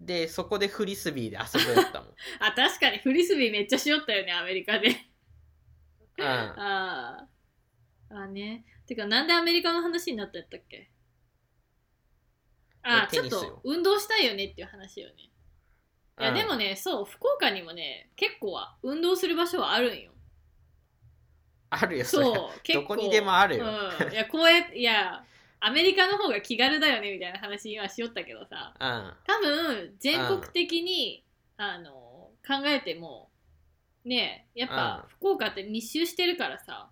Speaker 3: でそこでフリスビーで遊べよ ったもん
Speaker 2: ーあ確かにフリスビーめっちゃしよったよねアメリカで
Speaker 3: うん
Speaker 2: あーあーねてかなんでアメリカの話になったやったっけあー
Speaker 3: え
Speaker 2: ち
Speaker 3: テ
Speaker 2: ょっ
Speaker 3: ニスよ
Speaker 2: と運動したいよねっていう話よねいや、
Speaker 3: うん
Speaker 2: でもねそう福岡にもね結構は運動する場所はあるんよ
Speaker 3: あるよ そ
Speaker 2: そ
Speaker 3: れ
Speaker 2: う結
Speaker 3: どこ
Speaker 2: 構
Speaker 3: にでもあるよ
Speaker 2: うん、いやこうやっていやアメリカの方が気軽だよねみたいな話今しよったけどさ
Speaker 3: うん
Speaker 2: 多分全国的に、あの考えてもねやっぱ
Speaker 3: う
Speaker 2: 福岡って密集してるからさ、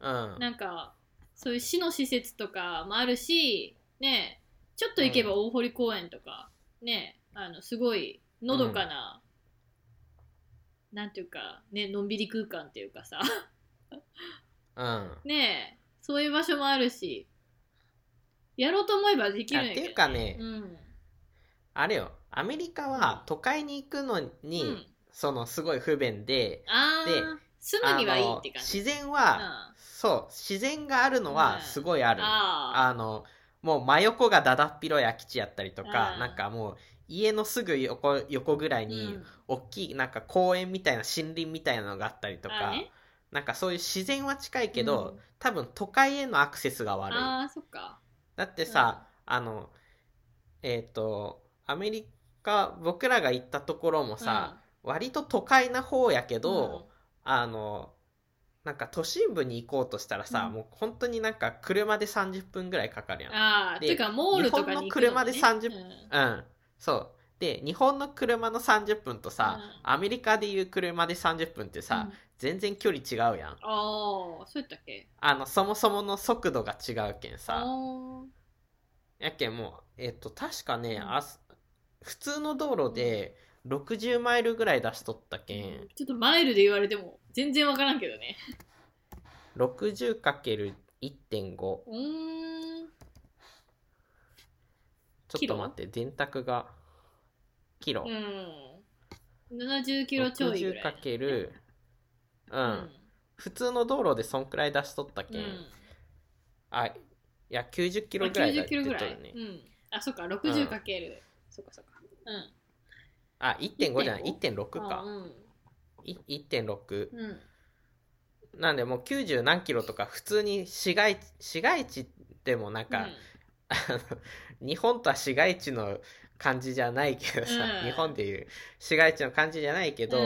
Speaker 3: うん
Speaker 2: なんかそういう市の施設とかもあるしねちょっと行けば大堀公園とか、ねあのすごいのどかな、なんていうかねのんびり空間っていうかさ
Speaker 3: うん
Speaker 2: ねそういう場所もあるしやろうと思えばできるんや
Speaker 3: あっ
Speaker 2: け
Speaker 3: て
Speaker 2: ど、
Speaker 3: いうかね
Speaker 2: うん、
Speaker 3: あれよアメリカは都会に行くのに、
Speaker 2: うん
Speaker 3: そのすごい不便で
Speaker 2: あ
Speaker 3: で
Speaker 2: あ住むにはいいって
Speaker 3: あの
Speaker 2: 感じ
Speaker 3: 自然
Speaker 2: う
Speaker 3: は、
Speaker 2: ん
Speaker 3: そう自然があるの
Speaker 2: うん
Speaker 3: はすごいある、
Speaker 2: あ
Speaker 3: あのもう真横がだだっ広い空き地やったりとか、
Speaker 2: うん
Speaker 3: なんかもう家のすぐ横横ぐらい
Speaker 2: あ
Speaker 3: に、大きいなんか公園みたいな森林みたいなのがあったりと
Speaker 2: あ
Speaker 3: か、
Speaker 2: ーね
Speaker 3: なんかそういう自然は近いけど、
Speaker 2: うん
Speaker 3: 多分都会へのアクセスが悪い
Speaker 2: あーそっか
Speaker 3: だってさ、あのえっ、とアメリカ僕らが行ったところもさ、割と都会な方やけ
Speaker 2: うん
Speaker 3: ど、あのなんか都心部に行こうとしたらさ、
Speaker 2: うん
Speaker 3: もう本当になんか車で30分ぐらいかかるやん。
Speaker 2: ああ
Speaker 3: で
Speaker 2: てかモールとかに行くのもね
Speaker 3: 日本の車で30
Speaker 2: うん
Speaker 3: うん、そうで日本の車の30分とさ、
Speaker 2: うん
Speaker 3: アメリカでいう車で30分ってさ、
Speaker 2: うん
Speaker 3: 全然距離違うやん
Speaker 2: ああそうやったっけ
Speaker 3: あのそもそもの速度が違うけん
Speaker 2: あ
Speaker 3: さ
Speaker 2: ー
Speaker 3: やけんもうえっ、と確かね、
Speaker 2: うん
Speaker 3: あす普通の道路で60マイルぐらい出しとったけん
Speaker 2: ちょっとマイルで言われても全然わからんけどね
Speaker 3: 60×1.5 ちょ
Speaker 2: うーん
Speaker 3: っと待って電卓がキロ、
Speaker 2: うん70キロちょいぐらいだね、
Speaker 3: 60×、うん、普通通の道路でそんくらい出しとった
Speaker 2: うん、
Speaker 3: け、
Speaker 2: うんん
Speaker 3: あいや90キ
Speaker 2: ま
Speaker 3: ロ
Speaker 2: あ
Speaker 3: ぐらいだって
Speaker 2: 90キロ
Speaker 3: 言っ
Speaker 2: ぐ
Speaker 3: て
Speaker 2: ら
Speaker 3: た
Speaker 2: い、
Speaker 3: よね、
Speaker 2: うん、あそっか60かける、そっかそっかうん
Speaker 3: あ1.5じゃない1.6
Speaker 2: あー
Speaker 3: か
Speaker 2: うん
Speaker 3: い1.6
Speaker 2: うん
Speaker 3: なんでもう90何キロとか普通に市街地市街地でもなんか、あの日本とは市街地の感じじゃないけどさ、
Speaker 2: うん
Speaker 3: 日本でいう市街地の感じじゃないけ
Speaker 2: け
Speaker 3: ど、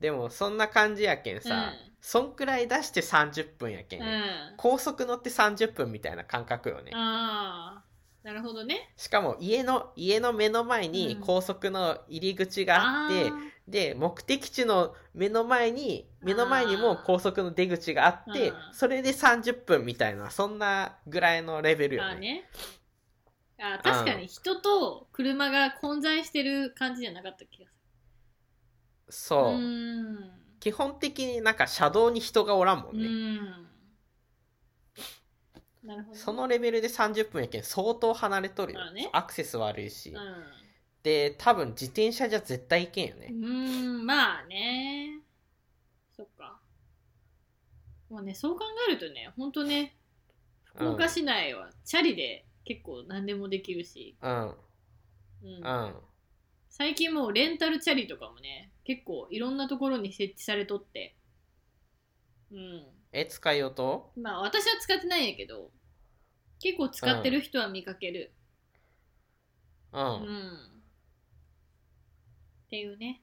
Speaker 3: でもそんな感じやけんさ、そんくらい出して30分やけん、
Speaker 2: うん、うん
Speaker 3: 高速乗って30分みたいな感覚よね
Speaker 2: ああなるほどね
Speaker 3: しかも家の家の目の前に
Speaker 2: うん
Speaker 3: 高速の入り口があって、
Speaker 2: ー
Speaker 3: で目的地の目の前に目の前にも高速の出口があって
Speaker 2: あー
Speaker 3: それで30分みたいなそんなぐらいのレベルよ
Speaker 2: あ
Speaker 3: ね
Speaker 2: ねあー確かに人と車が混在してる感じじゃなかった気がする
Speaker 3: そう、
Speaker 2: ーん
Speaker 3: 基本的になんか車道に人がおらんも
Speaker 2: うん
Speaker 3: ね、
Speaker 2: んなるほどね
Speaker 3: そのレベルで30分やけん相当離れとるよ
Speaker 2: まあね
Speaker 3: アクセス悪いし、で多分自転車じゃ絶対行けんよ
Speaker 2: う
Speaker 3: ね
Speaker 2: んうーんまあねそっかもうねそう考えるとねほんとね
Speaker 3: うん
Speaker 2: 福岡市内はチャリで結構何でもできるし、
Speaker 3: うん
Speaker 2: うん
Speaker 3: うん
Speaker 2: 最近もうレンタルチャリとかもね結構いろんなところに設置されとってうん
Speaker 3: え使いようと
Speaker 2: まあ私は使ってないんやけど結構使ってる人は見かける
Speaker 3: うん、
Speaker 2: うん、っていうね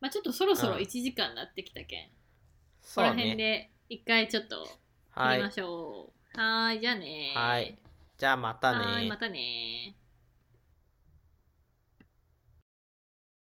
Speaker 2: まあ、ちょっとそろそろ
Speaker 3: うん
Speaker 2: 1時間なってきたけん、ここ
Speaker 3: そ
Speaker 2: ら
Speaker 3: う
Speaker 2: 辺
Speaker 3: ね。
Speaker 2: で一回ちょっと切
Speaker 3: は
Speaker 2: り
Speaker 3: い
Speaker 2: ま。しょう。はーい、じゃあねー。
Speaker 3: はいじゃあまたね
Speaker 2: はーいまたねー。